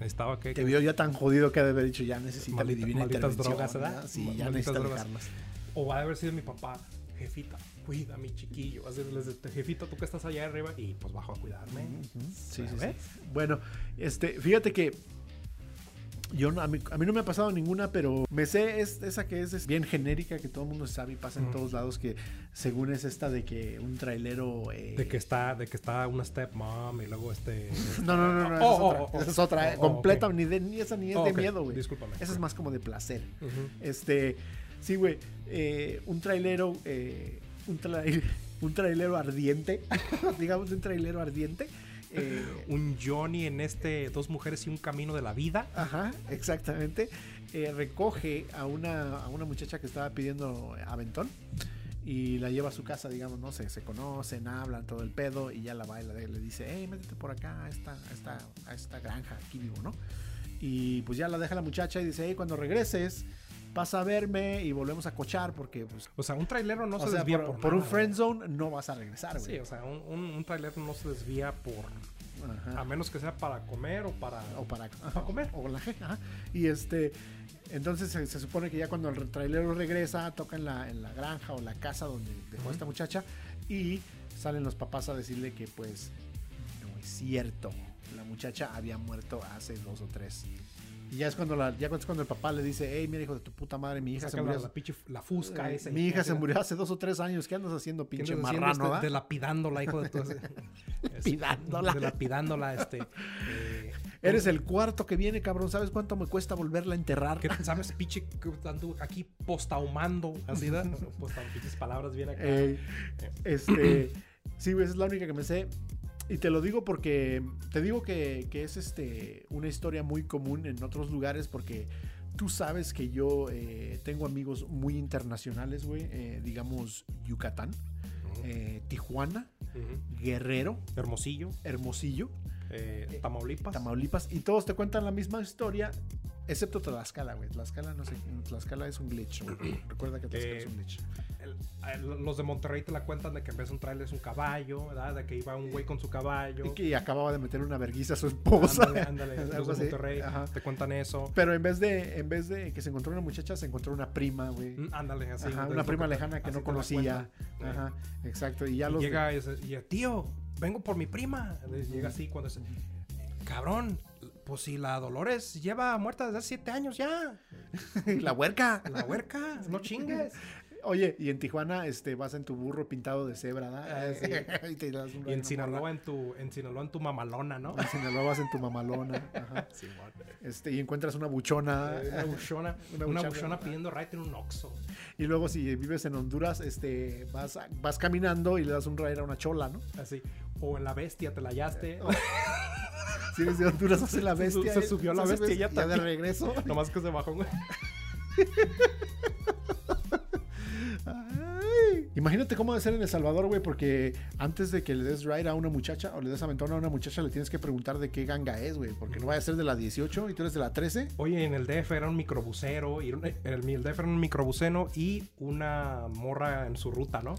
Speaker 2: Estaba que...
Speaker 1: Te vio ya tan jodido que ha de haber dicho, ya necesita
Speaker 2: Maldita-
Speaker 1: mi divina
Speaker 2: malditas
Speaker 1: intervención.
Speaker 2: drogas, ¿verdad?
Speaker 1: ¿verdad? Sí, ya
Speaker 2: Malditas
Speaker 1: necesita
Speaker 2: drogas.
Speaker 1: dejarlas.
Speaker 2: O va a haber sido mi papá, jefita, cuida a mi chiquillo. Así, desde- este, Jefita, tú que estás allá arriba y pues bajo a cuidarme.
Speaker 1: Sí, sí,
Speaker 2: ¿Ves?
Speaker 1: sí. Bueno, este, fíjate que yo no- a, mí, a mí no me ha pasado ninguna, pero me sé es, esa que es, es bien genérica, que todo el mundo sabe y pasa en
Speaker 2: Ujú.
Speaker 1: todos lados, que según es esta de que un trailero... eh,
Speaker 2: De que está, de que está una stepmom y luego este...
Speaker 1: No, no, no, no, esa
Speaker 2: Oh,
Speaker 1: es
Speaker 2: oh,
Speaker 1: otra.
Speaker 2: oh, oh.
Speaker 1: esa es otra, eh,
Speaker 2: Oh, oh,
Speaker 1: completa,
Speaker 2: ok.
Speaker 1: ni, de- ni esa ni es
Speaker 2: Oh,
Speaker 1: de
Speaker 2: ok,
Speaker 1: miedo, güey.
Speaker 2: discúlpame.
Speaker 1: Esa es más como de placer.
Speaker 2: Ujú.
Speaker 1: Este, sí, güey, eh, un trailero, eh, un, trai- un trailero ardiente, digamos un trailero ardiente. eh,
Speaker 2: un Johnny en este Dos Mujeres y un Camino de la Vida.
Speaker 1: Ajá, exactamente. Eh, recoge a una, a una muchacha que estaba pidiendo aventón y la lleva a su casa, digamos, no sé, se conocen, hablan, todo el pedo y ya la baila, le dice, hey, métete por acá a esta, a esta, a esta granja, aquí vivo, ¿no? Y pues ya la deja la muchacha y dice, hey, cuando regreses, pasa a verme y volvemos a cochar porque, pues,
Speaker 2: O sea, un trailero no
Speaker 1: o
Speaker 2: se
Speaker 1: sea,
Speaker 2: desvía
Speaker 1: por,
Speaker 2: por,
Speaker 1: por un
Speaker 2: nada,
Speaker 1: friend zone no vas a regresar,
Speaker 2: güey.
Speaker 1: güey.
Speaker 2: Sí, o sea, un, un, un trailero no se desvía por...
Speaker 1: Ajá.
Speaker 2: A menos que sea para comer o para...
Speaker 1: o para,
Speaker 2: para comer.
Speaker 1: O con la G, ajá. Y este, entonces se, se supone que ya cuando el trailero regresa, toca en la, en la granja o la casa donde dejó
Speaker 2: Ujú.
Speaker 1: esta muchacha y salen los papás a decirle que pues no es cierto. La muchacha había muerto hace dos o tres. Y ya es cuando, la, ya es cuando el papá le dice, hey, mira hijo de tu puta madre, mi hija
Speaker 2: Saca
Speaker 1: se
Speaker 2: la,
Speaker 1: murió.
Speaker 2: la pinche la fusca
Speaker 1: eh,
Speaker 2: esa.
Speaker 1: mi hija se murió hace dos o tres años. ¿Qué andas haciendo, pinche marrano? ah? ¿eh? da?"
Speaker 2: De, lapidándola, este hijo de tu...
Speaker 1: Lapidándola.
Speaker 2: De lapidándola, este... eh,
Speaker 1: Eres el cuarto que viene, cabrón. ¿Sabes cuánto me cuesta volverla a enterrar?
Speaker 2: ¿Qué te sabes, pinche? que anduvo Aquí postahumando, así, ¿verdad? Posta- pinches palabras bien acá.
Speaker 1: Ey, Eh, este. sí, güey, esa es la única que me sé. Y te lo digo porque. Te digo que, que es este, una historia muy común en otros lugares porque. Tú sabes que yo eh, tengo amigos muy internacionales, güey. eh, digamos, Yucatán,
Speaker 2: Ujú,
Speaker 1: eh, Tijuana,
Speaker 2: ujú.
Speaker 1: Guerrero,
Speaker 2: Hermosillo,
Speaker 1: Hermosillo,
Speaker 2: eh, Tamaulipas.
Speaker 1: Tamaulipas. Y todos te cuentan la misma historia, excepto Tlaxcala, güey. Tlaxcala, no sé, Tlaxcala es un glitch, güey. Recuerda que Tlaxcala
Speaker 2: Eh,
Speaker 1: es un glitch.
Speaker 2: El- el- los de Monterrey te la cuentan de que en vez de un trailer es un caballo, ¿verdad? De que iba un güey con su caballo.
Speaker 1: Y que acababa de meter una verguiza a su esposa.
Speaker 2: Ándale, ándale,
Speaker 1: Algo
Speaker 2: los de
Speaker 1: así,
Speaker 2: Monterrey
Speaker 1: ajá.
Speaker 2: te cuentan eso.
Speaker 1: Pero en vez de, en vez de que se encontró una muchacha, se encontró una prima, güey.
Speaker 2: Mm, Ándale, así.
Speaker 1: Ajá,
Speaker 2: entonces
Speaker 1: una
Speaker 2: te
Speaker 1: prima
Speaker 2: cuentan-
Speaker 1: lejana que no
Speaker 2: así te la
Speaker 1: conocía.
Speaker 2: cuentan.
Speaker 1: Ajá, exacto. Y ya
Speaker 2: Y
Speaker 1: los.
Speaker 2: llega y dice, y, tío, vengo por mi prima. Le Llega así cuando dice, cabrón, pues si la Dolores lleva muerta desde hace siete años ya.
Speaker 1: la huerca.
Speaker 2: La huerca, no chingues.
Speaker 1: Oye, y en Tijuana este, vas en tu burro pintado de cebra, ¿da?
Speaker 2: Ah, sí.
Speaker 1: y te das un
Speaker 2: Y en
Speaker 1: una
Speaker 2: Sinaloa
Speaker 1: morra.
Speaker 2: en, tu, en Sinaloa en tu mamalona, ¿no?
Speaker 1: En Sinaloa vas en tu mamalona. Ajá.
Speaker 2: Sí,
Speaker 1: Este, y encuentras una buchona.
Speaker 2: Una buchona,
Speaker 1: Una
Speaker 2: una
Speaker 1: buchona.
Speaker 2: buchona pidiendo right en un oxo.
Speaker 1: Y luego, si vives en Honduras, este, vas, a- vas caminando y le das un raid a una chola, ¿no?
Speaker 2: Así. O en la bestia te la hallaste.
Speaker 1: Si eres de Honduras, hace la
Speaker 2: Se su-
Speaker 1: bestia.
Speaker 2: se subió la
Speaker 1: ¿sabes?
Speaker 2: bestia
Speaker 1: ya
Speaker 2: ya
Speaker 1: de
Speaker 2: también.
Speaker 1: regreso.
Speaker 2: Nomás que se bajó, güey.
Speaker 1: Ay. Imagínate cómo debe ser en El Salvador, güey, porque antes de que le des ride a una muchacha o le des aventón a una muchacha, le tienes que preguntar de qué ganga es, güey, porque no vaya a ser de la 18 y tú eres de la 13.
Speaker 2: Oye, en el DF era un microbusero. Y era un- eh, el, el DF era un microbuseno y una morra en su ruta, ¿no?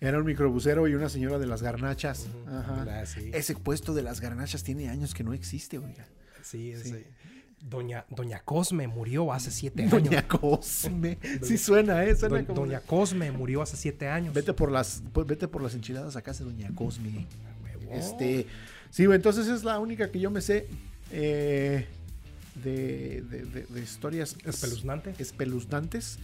Speaker 1: Era un microbusero y una señora de las garnachas.
Speaker 2: Ujú.
Speaker 1: Ajá.
Speaker 2: La- Ah, sí.
Speaker 1: Ese puesto de las garnachas tiene años que no existe, güey.
Speaker 2: Sí,
Speaker 1: Sí.
Speaker 2: sí. Doña, Doña Cosme murió hace siete años.
Speaker 1: Doña Cosme. sí suena, ¿eh? Suena
Speaker 2: Doña,
Speaker 1: como-
Speaker 2: Doña Cosme murió hace siete años.
Speaker 1: Vete por las, pues, vete por las enchiladas a casa de Doña Cosme.
Speaker 2: Huevo.
Speaker 1: Este,
Speaker 2: Oh.
Speaker 1: sí, güey, entonces es la única que yo me sé eh, de, de- de- de historias
Speaker 2: Espeluznante.
Speaker 1: espeluznantes.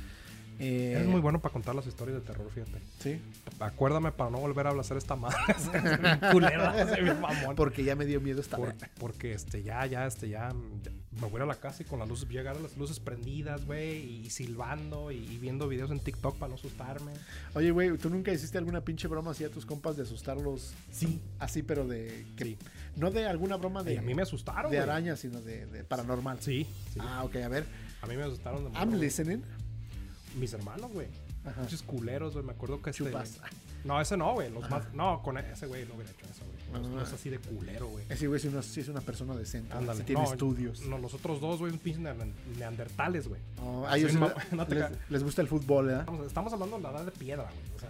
Speaker 1: Eh,
Speaker 2: Eres muy bueno para contar las historias de terror, fíjate.
Speaker 1: Sí,
Speaker 2: Acuérdame para no volver a hacer esta madre. Es bien culera, es bien mamón.
Speaker 1: porque ya me dio miedo esta
Speaker 2: Por-
Speaker 1: vez.
Speaker 2: porque este ya, ya, este ya, mm, ya, me voy a ir a la casa y con las luces, voy a llegar a las luces prendidas, güey, y, silbando y, y viendo videos en TikTok para no asustarme.
Speaker 1: Oye, güey, ¿tú nunca hiciste alguna pinche broma así a tus compas de asustarlos?
Speaker 2: Sí.
Speaker 1: Así, pero de... que-
Speaker 2: Sí.
Speaker 1: No de alguna broma de,
Speaker 2: Y a mí me asustaron.
Speaker 1: de
Speaker 2: güey.
Speaker 1: araña, sino de, de paranormal.
Speaker 2: Sí, sí.
Speaker 1: Ah, ok, a ver.
Speaker 2: A mí me asustaron de morro,
Speaker 1: I'm
Speaker 2: güey.
Speaker 1: listening.
Speaker 2: Mis hermanos, güey.
Speaker 1: Ajá.
Speaker 2: Muchos culeros, güey. Me acuerdo que este.
Speaker 1: Chupas.
Speaker 2: No, e, ese no, güey. Los más. No, con ese güey no hubiera hecho eso, güey. No, es- no es
Speaker 1: Ah.
Speaker 2: así de culero, güey.
Speaker 1: Ese güey sí es una, sí es una persona decente. güey.
Speaker 2: Ándale.
Speaker 1: Sí tiene
Speaker 2: No,
Speaker 1: estudios.
Speaker 2: No, los otros dos, güey, un pinche nean- neandertales, güey.
Speaker 1: No, a ellos
Speaker 2: Sí,
Speaker 1: sí
Speaker 2: no,
Speaker 1: le-
Speaker 2: no te
Speaker 1: les,
Speaker 2: ca-
Speaker 1: les gusta el fútbol, ¿verdad?
Speaker 2: Estamos, estamos hablando de la edad de piedra, güey. O sea,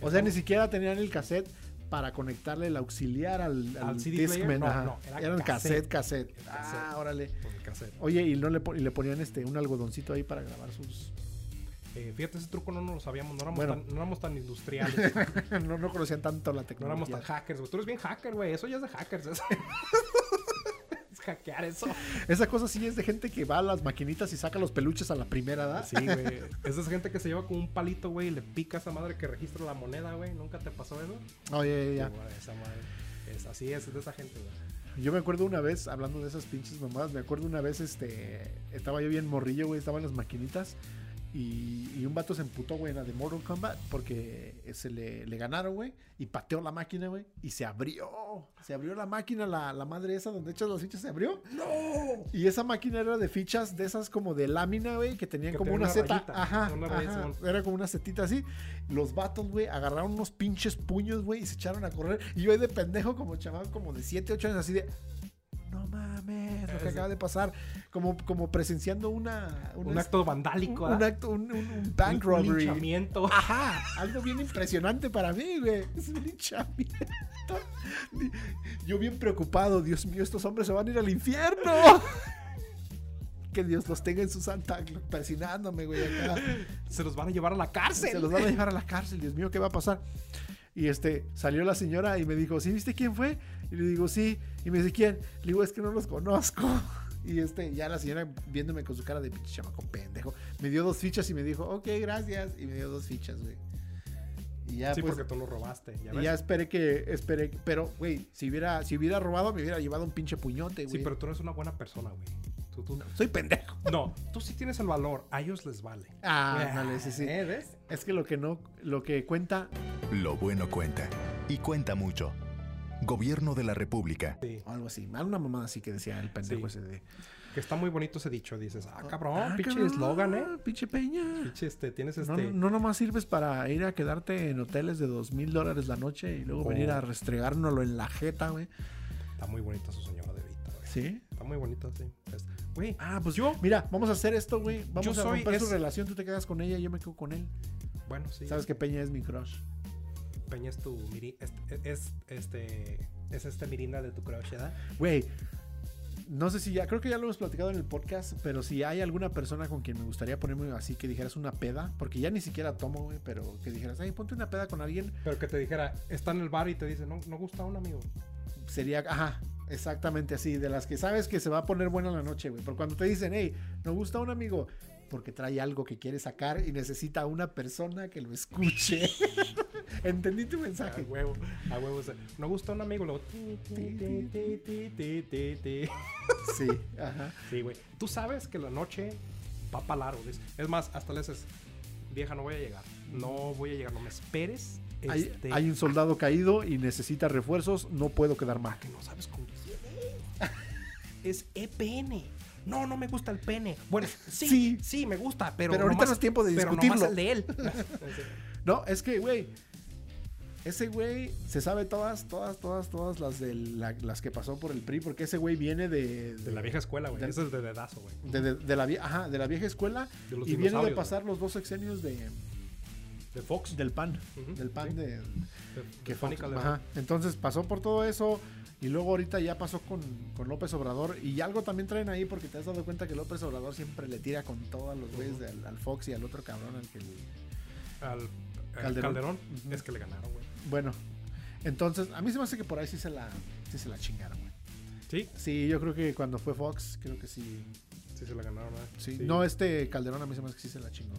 Speaker 1: O sea, ni siquiera tenían el cassette para conectarle el auxiliar al, al,
Speaker 2: Al CD
Speaker 1: Discman.
Speaker 2: player, no,
Speaker 1: ajá.
Speaker 2: no,
Speaker 1: era
Speaker 2: era
Speaker 1: cassette,
Speaker 2: cassette.
Speaker 1: cassette.
Speaker 2: El cassette.
Speaker 1: Ah, órale.
Speaker 2: con el cassette.
Speaker 1: Oye, y no le, pon- y le ponían este un algodoncito ahí para grabar sus.
Speaker 2: Eh, fíjate, ese truco no nos lo sabíamos. No éramos,
Speaker 1: Bueno.
Speaker 2: tan, no éramos tan industriales. güey.
Speaker 1: no, no conocían tanto la
Speaker 2: no
Speaker 1: tecnología.
Speaker 2: éramos tan hackers, güey. Tú eres bien hacker, güey. Eso ya es de hackers. eso. es hackear eso.
Speaker 1: Esa cosa sí es de gente que va a las maquinitas y saca los peluches a la primera edad.
Speaker 2: Sí, güey. Es de esa gente que se lleva con un palito, güey, y le pica a esa madre que registra la moneda, güey. ¿Nunca te pasó eso?
Speaker 1: Oye, ya, ya.
Speaker 2: Igual, esa madre. Es, así es, es de esa gente, güey.
Speaker 1: Yo me acuerdo una vez, hablando de esas pinches mamadas, me acuerdo una vez, este, estaba yo bien morrillo, güey, estaba en las maquinitas y, y un vato se emputó, güey, en la de Mortal Kombat porque eh, se le, le ganaron, güey, y pateó la máquina, güey, y se abrió, se abrió la máquina, la, la madre esa donde echas las fichas, se abrió.
Speaker 2: ¡No!
Speaker 1: Y esa máquina era de fichas de esas como de lámina, güey, que tenían
Speaker 2: Que
Speaker 1: como una
Speaker 2: tenía una
Speaker 1: seta.
Speaker 2: rayita,
Speaker 1: ajá,
Speaker 2: una
Speaker 1: ajá,
Speaker 2: raya, Simón.
Speaker 1: Era como una setita así. Los vatos, güey, agarraron unos pinches puños, güey, y se echaron a correr. Y yo ahí de pendejo, como chaval, como de 7, 8 años, así de. No mames, lo que
Speaker 2: Ese.
Speaker 1: acaba de pasar. Como, como presenciando una. una-
Speaker 2: Un acto vandálico,
Speaker 1: un, un
Speaker 2: ¿verdad?
Speaker 1: acto, un, un- un bank
Speaker 2: Un- un
Speaker 1: robbery.
Speaker 2: linchamiento.
Speaker 1: Ajá, algo bien impresionante para mí, güey. Es un linchamiento. Yo bien preocupado, Dios mío, estos hombres se van a ir al infierno. Que Dios los tenga en su santa, gl- persignándome, güey, acá.
Speaker 2: Se los van a llevar a la cárcel.
Speaker 1: Se los van a llevar a la cárcel, Dios mío, ¿qué va a pasar? Y este, salió la señora y me dijo, ¿sí viste quién fue? Y le digo, sí. Y me dice, ¿quién? Le digo, es que no los conozco. Y este, ya la señora viéndome con su cara de pinche chamaco pendejo, me dio dos fichas y me dijo, ok, gracias. Y me dio dos fichas, güey. Y ya,
Speaker 2: Sí,
Speaker 1: pues,
Speaker 2: porque tú lo robaste. ¿ya
Speaker 1: y
Speaker 2: ves?
Speaker 1: ya esperé que, esperé, que- pero, güey, si hubiera, si hubiera robado, me hubiera llevado un pinche puñote,
Speaker 2: Sí,
Speaker 1: güey.
Speaker 2: pero tú no eres una buena persona, güey. Tú, tú-
Speaker 1: Soy pendejo.
Speaker 2: No, tú sí tienes el valor. A ellos les vale.
Speaker 1: Ah, ándale, sí, sí.
Speaker 2: ¿Eh, ¿Ves?
Speaker 1: Es que lo que no, lo que cuenta,
Speaker 3: Lo bueno cuenta. Y cuenta mucho. Gobierno de la República.
Speaker 2: Sí.
Speaker 1: o algo así, una mamada así que decía el pendejo
Speaker 2: Sí.
Speaker 1: ese de...
Speaker 2: Que está muy bonito ese dicho. Dices, ah, cabrón,
Speaker 1: Ah,
Speaker 2: pinche
Speaker 1: cabrón,
Speaker 2: eslogan, ¿eh?
Speaker 1: Pinche peña.
Speaker 2: Pinche, este, tienes
Speaker 1: No,
Speaker 2: este.
Speaker 1: no nomás sirves para ir a quedarte en hoteles de dos mil dólares la noche y luego
Speaker 2: Oh.
Speaker 1: venir a restregárnoslo en la jeta, güey.
Speaker 2: Está muy bonita su señora de ahorita, güey.
Speaker 1: Sí.
Speaker 2: Está muy bonita, sí. Es- Güey,
Speaker 1: Ah, pues
Speaker 2: yo.
Speaker 1: Mira, vamos a hacer esto, güey. Vamos
Speaker 2: Yo
Speaker 1: a
Speaker 2: soy
Speaker 1: romper su
Speaker 2: es-
Speaker 1: relación. Tú te quedas con ella y yo me quedo con él.
Speaker 2: Bueno, sí.
Speaker 1: Sabes que Peña es mi crush.
Speaker 2: Peña es tu. miri- es, es- este. Es este mirinda de tu crush, ¿verdad?
Speaker 1: Güey, no sé si ya, creo que ya lo hemos platicado en el podcast, pero si hay alguna persona con quien me gustaría ponerme así que dijeras una peda, porque ya ni siquiera tomo, güey, pero que dijeras, ay, ponte una peda con alguien,
Speaker 2: Pero que te dijera, está en el bar y te dice, no, no gusta un amigo.
Speaker 1: sería, ajá, exactamente así, de las que sabes que se va a poner buena la noche, güey. Pero cuando te dicen, hey, nos gusta un amigo, porque trae algo que quiere sacar y necesita a una persona que lo escuche. Entendí tu
Speaker 2: A
Speaker 1: mensaje.
Speaker 2: huevo, a huevo. o sea, No gusta un amigo, luego. ti, ti, ti, ti, ti, ti, ti, ti.
Speaker 1: Sí, ajá.
Speaker 2: Sí, güey. Tú sabes que la noche va para largo. ¿ves? Es más, hasta le dices, vieja, no voy a llegar. No voy a llegar, no me esperes.
Speaker 1: Hay,
Speaker 2: este,
Speaker 1: hay un soldado caído y necesita refuerzos, no puedo quedar mal.
Speaker 2: que no sabes con quién es. es EPN. No, no me gusta el pene. Bueno, sí,
Speaker 1: Sí.
Speaker 2: sí, me gusta, pero,
Speaker 1: Pero ahorita no es tiempo de
Speaker 2: pero
Speaker 1: discutirlo.
Speaker 2: nomás el de él.
Speaker 1: No, es que, güey. Ese güey se sabe todas, todas, todas, todas las de la- las que pasó por el PRI, porque ese güey viene de,
Speaker 2: De la vieja escuela, güey.
Speaker 1: De-
Speaker 2: Ese es de dedazo, güey.
Speaker 1: de, de- de la, vie- ajá, de la vieja escuela
Speaker 2: De los
Speaker 1: y viene de
Speaker 2: dinosaurios,
Speaker 1: pasar los dos sexenios de,
Speaker 2: De Fox.
Speaker 1: del pan,
Speaker 2: Ujú,
Speaker 1: del pan
Speaker 2: sí.
Speaker 1: de,
Speaker 2: de,
Speaker 1: que
Speaker 2: de
Speaker 1: fue-
Speaker 2: Fónica de-
Speaker 1: ajá. Entonces pasó por todo eso y luego ahorita ya pasó con, con López Obrador y algo también traen ahí porque te has dado cuenta que López Obrador siempre le tira con todos los güeyes de- al, al Fox y al otro cabrón al que... le-
Speaker 2: al, al
Speaker 1: Calderón.
Speaker 2: Calderón.
Speaker 1: Ujú.
Speaker 2: Es que le ganaron, güey.
Speaker 1: Bueno, entonces a mí se me hace que por ahí sí se la, sí se la chingaron, güey.
Speaker 2: Sí,
Speaker 1: Sí, yo creo que cuando fue Fox, creo que sí.
Speaker 2: sí se la ganaron, ¿verdad?
Speaker 1: sí. No, este Calderón a mí se me hace que sí se la chingó.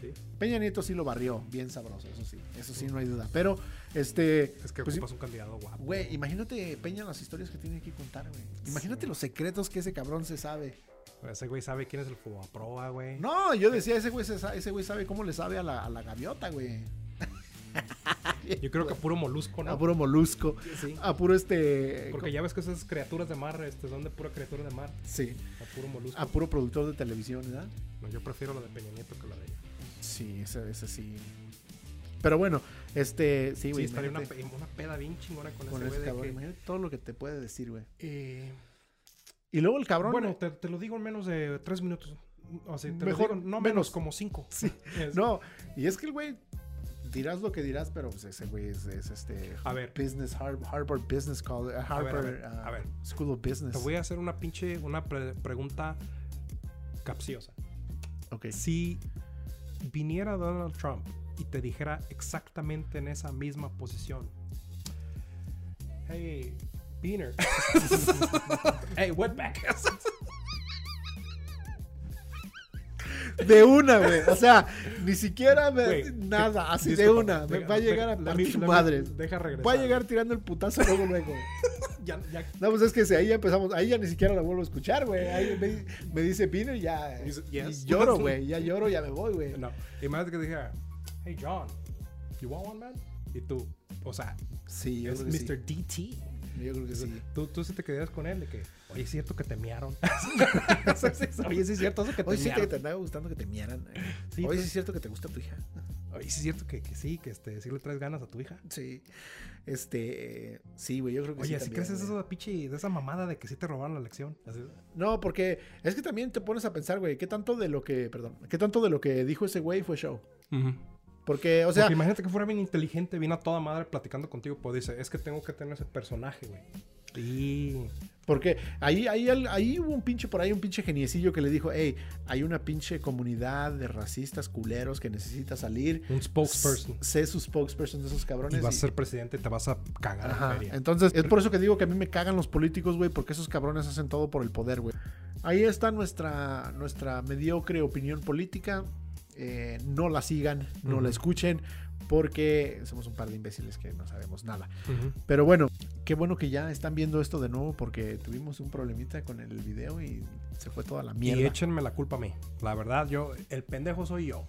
Speaker 2: sí.
Speaker 1: Peña Nieto sí lo barrió, bien sabroso, eso sí, eso sí, no hay duda. Pero, este,
Speaker 2: Es que
Speaker 1: pues,
Speaker 2: ocupas un candidato guapo.
Speaker 1: güey, imagínate Peña las historias que tiene que contar, güey. Imagínate
Speaker 2: Sí.
Speaker 1: los secretos que ese cabrón se sabe.
Speaker 2: Ese güey sabe quién es el Fubaproa, güey.
Speaker 1: No, yo decía, ese güey, se sa- ese güey sabe cómo le sabe a la, a la gaviota, güey.
Speaker 2: Yo creo que a puro molusco, ¿no?
Speaker 1: A Ah, puro molusco,
Speaker 2: Sí.
Speaker 1: a puro este...
Speaker 2: Porque ya ves que esas criaturas de mar este, son de pura criatura de mar.
Speaker 1: Sí,
Speaker 2: A puro molusco.
Speaker 1: a puro productor de televisión, ¿verdad?
Speaker 2: No, yo prefiero la de Peña Nieto que la de ella.
Speaker 1: Sí, ese, ese sí. Pero bueno, este, sí,
Speaker 2: Sí,
Speaker 1: güey.
Speaker 2: estaría una,
Speaker 1: imagínate
Speaker 2: pe- una peda bien chingona con,
Speaker 1: con ese
Speaker 2: ese güey de
Speaker 1: cabrón,
Speaker 2: que,
Speaker 1: imagínate todo lo que te puede decir, güey.
Speaker 2: eh,
Speaker 1: Y luego el cabrón. eh.
Speaker 2: bueno, te, te lo digo en menos de tres minutos. O sea, te lo
Speaker 1: Mejor-
Speaker 2: digo, no menos,
Speaker 1: menos.
Speaker 2: como cinco.
Speaker 1: Sí.
Speaker 2: Es-
Speaker 1: No, y es que el güey, dirás lo que dirás, pero pues ese güey es, es este.
Speaker 2: A ver.
Speaker 1: Business, Har- Harvard Business College. uh,
Speaker 2: ver,
Speaker 1: Harvard
Speaker 2: a ver,
Speaker 1: uh,
Speaker 2: a ver.
Speaker 1: School of Business.
Speaker 2: Te voy a hacer una pinche, una pre- pregunta capciosa.
Speaker 1: Ok.
Speaker 2: Si viniera Donald Trump y te dijera exactamente en esa misma posición, hey, Beaner, hey, Wetback,
Speaker 1: De una, güey. O sea, ni siquiera me-
Speaker 2: Güey,
Speaker 1: nada, así de
Speaker 2: disculpa,
Speaker 1: una. Me
Speaker 2: deja-
Speaker 1: va a llegar a
Speaker 2: deja-
Speaker 1: partir
Speaker 2: déjame-
Speaker 1: madre.
Speaker 2: deja regresar.
Speaker 1: Va a llegar tirando el putazo luego, luego.
Speaker 2: Ya- ya-
Speaker 1: No, pues es que si ahí ya empezamos, ahí ya ni siquiera la vuelvo a escuchar, güey. Ahí me, me dice Pino y ya.
Speaker 2: Dice,
Speaker 1: y
Speaker 2: "Yes".
Speaker 1: lloro, güey. Ya lloro, ya me voy, güey.
Speaker 2: no. Imagínate que te dijera, hey, John, you want one, man? Y tú, o sea,
Speaker 1: Sí, yo
Speaker 2: es
Speaker 1: creo que sí.
Speaker 2: Mr. DT.
Speaker 1: Yo creo que sí.
Speaker 2: Tú, tú sí te quedarías con él de que, oye, es cierto que te mearon. oye, sí es cierto eso que te
Speaker 1: Hoy sí que
Speaker 2: mearon.
Speaker 1: te andaba gustando que te miaran. eh.
Speaker 2: Sí,
Speaker 1: Hoy
Speaker 2: pues.
Speaker 1: sí es cierto que te gusta tu hija.
Speaker 2: Oye, sí es cierto que, que sí, que este, sí le traes ganas a tu hija.
Speaker 1: Sí. Este. eh, Sí, güey, yo creo que sí.
Speaker 2: Oye, ¿sí
Speaker 1: también, eh.
Speaker 2: crees
Speaker 1: güey.
Speaker 2: eso de pinche, de esa mamada de que sí te robaron la lección? Así,
Speaker 1: No, porque es que también te pones a pensar, güey, ¿qué tanto de lo que. Perdón. ¿Qué tanto de lo que dijo ese güey fue show? Porque, o
Speaker 2: O sea,
Speaker 1: sea.
Speaker 2: imagínate que fuera bien inteligente, bien a toda madre platicando contigo, pues dice, es que tengo que tener ese personaje, güey. Y
Speaker 1: Porque ahí, ahí, al- ahí hubo un pinche, por ahí un pinche geniecillo que le dijo, hey, hay una pinche comunidad de racistas culeros que necesita salir.
Speaker 2: un spokesperson.
Speaker 1: Sé su spokesperson de esos cabrones.
Speaker 2: Y vas a
Speaker 1: y-
Speaker 2: ser presidente y te vas a cagar en la
Speaker 1: Ajá.
Speaker 2: feria.
Speaker 1: Entonces, es por eso que digo que a mí me cagan los políticos, güey, porque esos cabrones hacen todo por el poder, güey. Ahí está nuestra, nuestra mediocre opinión política. Eh, no la sigan, no
Speaker 2: Ujú.
Speaker 1: la escuchen, porque somos un par de imbéciles que no sabemos nada.
Speaker 2: Ujú.
Speaker 1: Pero bueno, qué bueno que ya están viendo esto de nuevo porque tuvimos un problemita con el video y se fue toda la mierda.
Speaker 2: Y échenme la culpa a mí. La verdad, yo, el pendejo soy yo.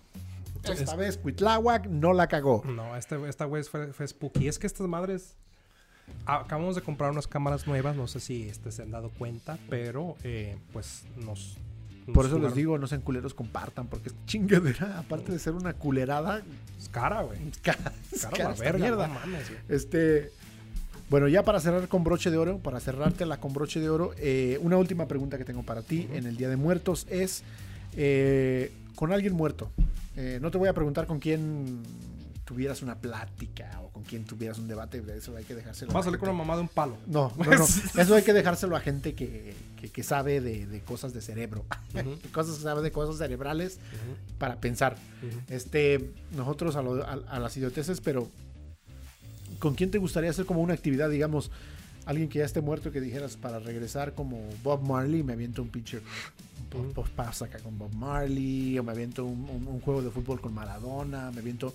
Speaker 1: Esta vez Cuitláhuac no la cagó.
Speaker 2: No, este, esta güey fue, fue spooky. Es que estas madres. ah, Acabamos de comprar unas cámaras nuevas, no sé si este, se han dado cuenta, pero eh, pues nos. nos
Speaker 1: Por eso les
Speaker 2: jugaron-
Speaker 1: digo, no sean culeros, compartan, porque es chingadera, aparte de ser una culerada,
Speaker 2: Es cara, güey.
Speaker 1: es cara, es
Speaker 2: Cara,
Speaker 1: cara
Speaker 2: la
Speaker 1: esta
Speaker 2: verga.
Speaker 1: mierda.
Speaker 2: No mames, güey.
Speaker 1: Este, bueno, ya para cerrar con broche de oro, para cerrártela con broche de oro, eh, una última pregunta que tengo para ti en el Día de Muertos es, eh, con alguien muerto, eh, no te voy a preguntar con quién tuvieras una plática o con quién tuvieras un debate, eso hay que dejárselo.
Speaker 2: Va a
Speaker 1: la
Speaker 2: salir con una
Speaker 1: gente.
Speaker 2: mamá de un palo.
Speaker 1: No, no, no, eso hay que dejárselo a gente que, que- que sabe de, de cosas de cerebro,
Speaker 2: Ujú.
Speaker 1: que cosas, sabe de cosas cerebrales
Speaker 2: Ujú,
Speaker 1: para pensar.
Speaker 2: ujú.
Speaker 1: Este, nosotros a, lo- a- a las idioteces, pero ¿con quién te gustaría hacer como una actividad, digamos, alguien que ya esté muerto que dijeras para regresar como Bob Marley, me aviento un pinche
Speaker 2: Ujú.
Speaker 1: pop pass acá con Bob Marley, o me aviento un, un- un juego de fútbol con Maradona, me aviento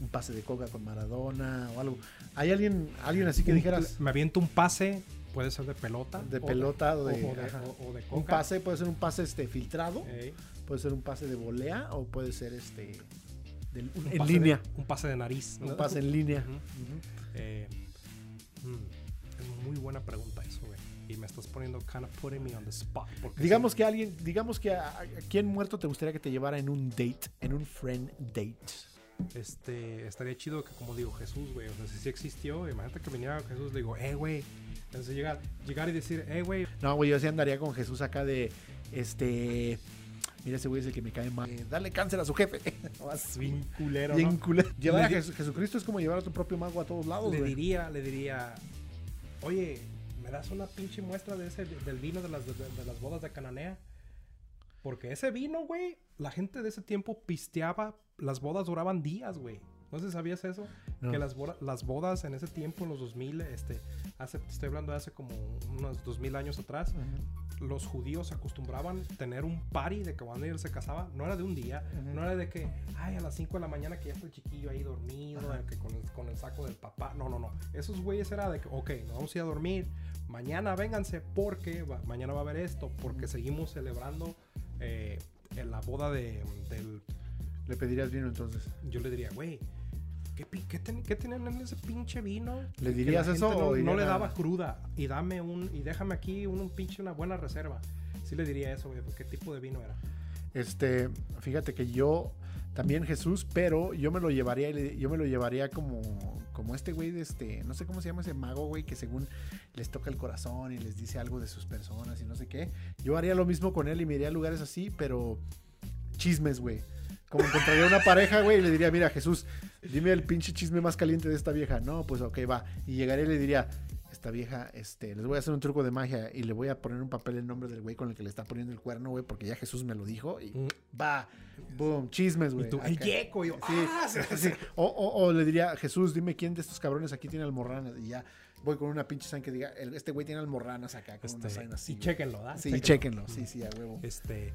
Speaker 1: un pase de coca con Maradona o algo. ¿Hay alguien, alguien así que
Speaker 2: Un-
Speaker 1: dijeras
Speaker 2: Me aviento un pase, puede ser de pelota.
Speaker 1: de pelota o de,
Speaker 2: o de,
Speaker 1: ajá.
Speaker 2: o- o de
Speaker 1: un
Speaker 2: coca. Eh.
Speaker 1: pase puede ser un pase este filtrado,
Speaker 2: Ey,
Speaker 1: puede ser un pase de volea o puede ser este del-
Speaker 2: un
Speaker 1: en
Speaker 2: pase de-
Speaker 1: línea?
Speaker 2: un pase de nariz.
Speaker 1: Un
Speaker 2: ¿no?
Speaker 1: pase en línea.
Speaker 2: Ujú. Eh, mm, es muy buena pregunta eso, güey. Y me estás poniendo kind of putting me on the spot. porque
Speaker 1: Digamos
Speaker 2: sí,
Speaker 1: que alguien, digamos que a, a- a quién muerto te gustaría que te llevara en un date, en un friend date.
Speaker 2: este, estaría chido que, como digo, Jesús, güey, o sea, si sí existió, imagínate que viniera Jesús, le digo, eh, güey. Entonces llegar, llegar y decir, eh, güey,
Speaker 1: No, güey, yo sí andaría con Jesús acá de este. Mira, ese güey es el que me cae mal. Eh, Dale cáncer a su jefe.
Speaker 2: vas mm, bien culero,
Speaker 1: Bien
Speaker 2: ¿no?
Speaker 1: culero. Llevar a
Speaker 2: Le di-
Speaker 1: Jes- Jesucristo es como llevar a tu propio mago a todos lados,
Speaker 2: Le
Speaker 1: güey.
Speaker 2: diría, le diría, oye, ¿me das una pinche muestra de ese, del vino de las, de, de las bodas de Cananea? Porque ese vino, güey, la gente de ese tiempo pisteaba, las bodas duraban días, güey. No sé si sabías eso,
Speaker 1: No.
Speaker 2: que las, boda- las bodas en ese tiempo, en los 2000, este, hace, te estoy hablando de hace como unos 2000 años atrás,
Speaker 1: Ajá.
Speaker 2: los judíos acostumbraban tener un party de que cuando ellos se casaban, no era de un día,
Speaker 1: Ujú.
Speaker 2: no era de que, ay, a las 5 de la mañana que ya está el chiquillo ahí dormido,
Speaker 1: Ajá.
Speaker 2: que con, el, con el saco del papá, no, no, no, esos güeyes era de que, ok, nos vamos a ir a dormir, mañana vénganse porque va- mañana va a haber esto, porque seguimos celebrando eh, en la boda de, del,
Speaker 1: Le pedirías vino entonces.
Speaker 2: yo le diría, güey. ¿Qué, pi- qué, ten- qué tenían en ese pinche vino? Que la
Speaker 1: dirías
Speaker 2: gente
Speaker 1: eso o
Speaker 2: No, no
Speaker 1: diría
Speaker 2: le
Speaker 1: nada?
Speaker 2: daba cruda. Y dame un. Y déjame aquí un, un pinche una buena reserva. Sí le diría eso, güey. ¿Qué tipo de vino era?
Speaker 1: Este, fíjate que yo También Jesús, pero yo me lo llevaría, y le- yo me lo llevaría como, como este güey de este, no sé cómo se llama ese mago, güey, que según les toca el corazón y les dice algo de sus personas y no sé qué. Yo haría lo mismo con él y me iría a lugares así, pero chismes, güey. Como encontraría una pareja, güey, y le diría, mira, Jesús, dime el pinche chisme más caliente de esta vieja. No, pues ok, va. Y llegaré y le diría, esta vieja, este, les voy a hacer un truco de magia y le voy a poner un papel el nombre del güey con el que le está poniendo el cuerno, güey, porque ya Jesús me lo dijo. Y
Speaker 2: Mm.
Speaker 1: va, boom, chismes, güey.
Speaker 2: Y tú, el
Speaker 1: acá.
Speaker 2: yeco. Y yo,
Speaker 1: Sí,
Speaker 2: "Ah, se- se-
Speaker 1: sí. O, o- o le diría, Jesús, dime quién de estos cabrones aquí tiene almorranas. Y ya voy con una pinche sign que diga, "El- este güey tiene almorranas acá, con una
Speaker 2: Este,
Speaker 1: sign así.
Speaker 2: y
Speaker 1: güey.
Speaker 2: chequenlo, ¿da?
Speaker 1: Sí, chequenlo. Sí, sí, a huevo.
Speaker 2: Este.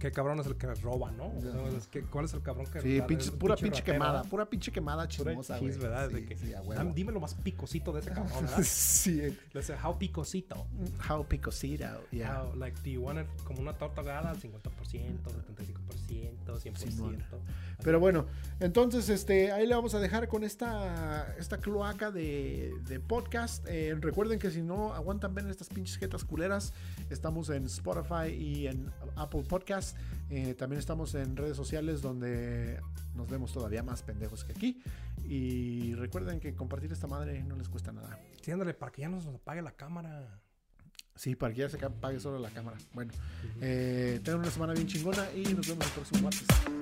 Speaker 2: ¿Qué cabrón es el que roba, no? O sea,
Speaker 1: Ajá.
Speaker 2: es que- ¿Cuál es el cabrón que
Speaker 1: Sí,
Speaker 2: la-
Speaker 1: pinche-
Speaker 2: el
Speaker 1: pura pinche
Speaker 2: ratero,
Speaker 1: quemada,
Speaker 2: ¿no?
Speaker 1: pura pinche quemada
Speaker 2: Pura
Speaker 1: chismosa, güey.
Speaker 2: chis, ¿verdad?
Speaker 1: Sí,
Speaker 2: De que,
Speaker 1: sí, a huevo.
Speaker 2: dam- dime lo más picosito de ese cabrón, ¿verdad?
Speaker 1: Sí, eh,
Speaker 2: Le dice, how picosito.
Speaker 1: how picosita, yeah.
Speaker 2: How, like, do you want it como una torta ahogada al 50%, 75%, 100%?
Speaker 1: Simón. Pero bueno, entonces este, ahí le vamos a dejar con esta, esta cloaca de, de podcast. Eh, recuerden que si no aguantan ver estas pinches jetas culeras, estamos en Spotify y en Apple Podcast. Eh, también estamos en redes sociales donde nos vemos todavía más pendejos que aquí. Y recuerden que compartir esta madre no les cuesta nada.
Speaker 2: Sí, ándale, para que ya no se nos apague la cámara.
Speaker 1: Sí, para eh, que ya se apague solo la cámara. Bueno, eh, tengan una semana bien chingona y nos vemos el próximo martes.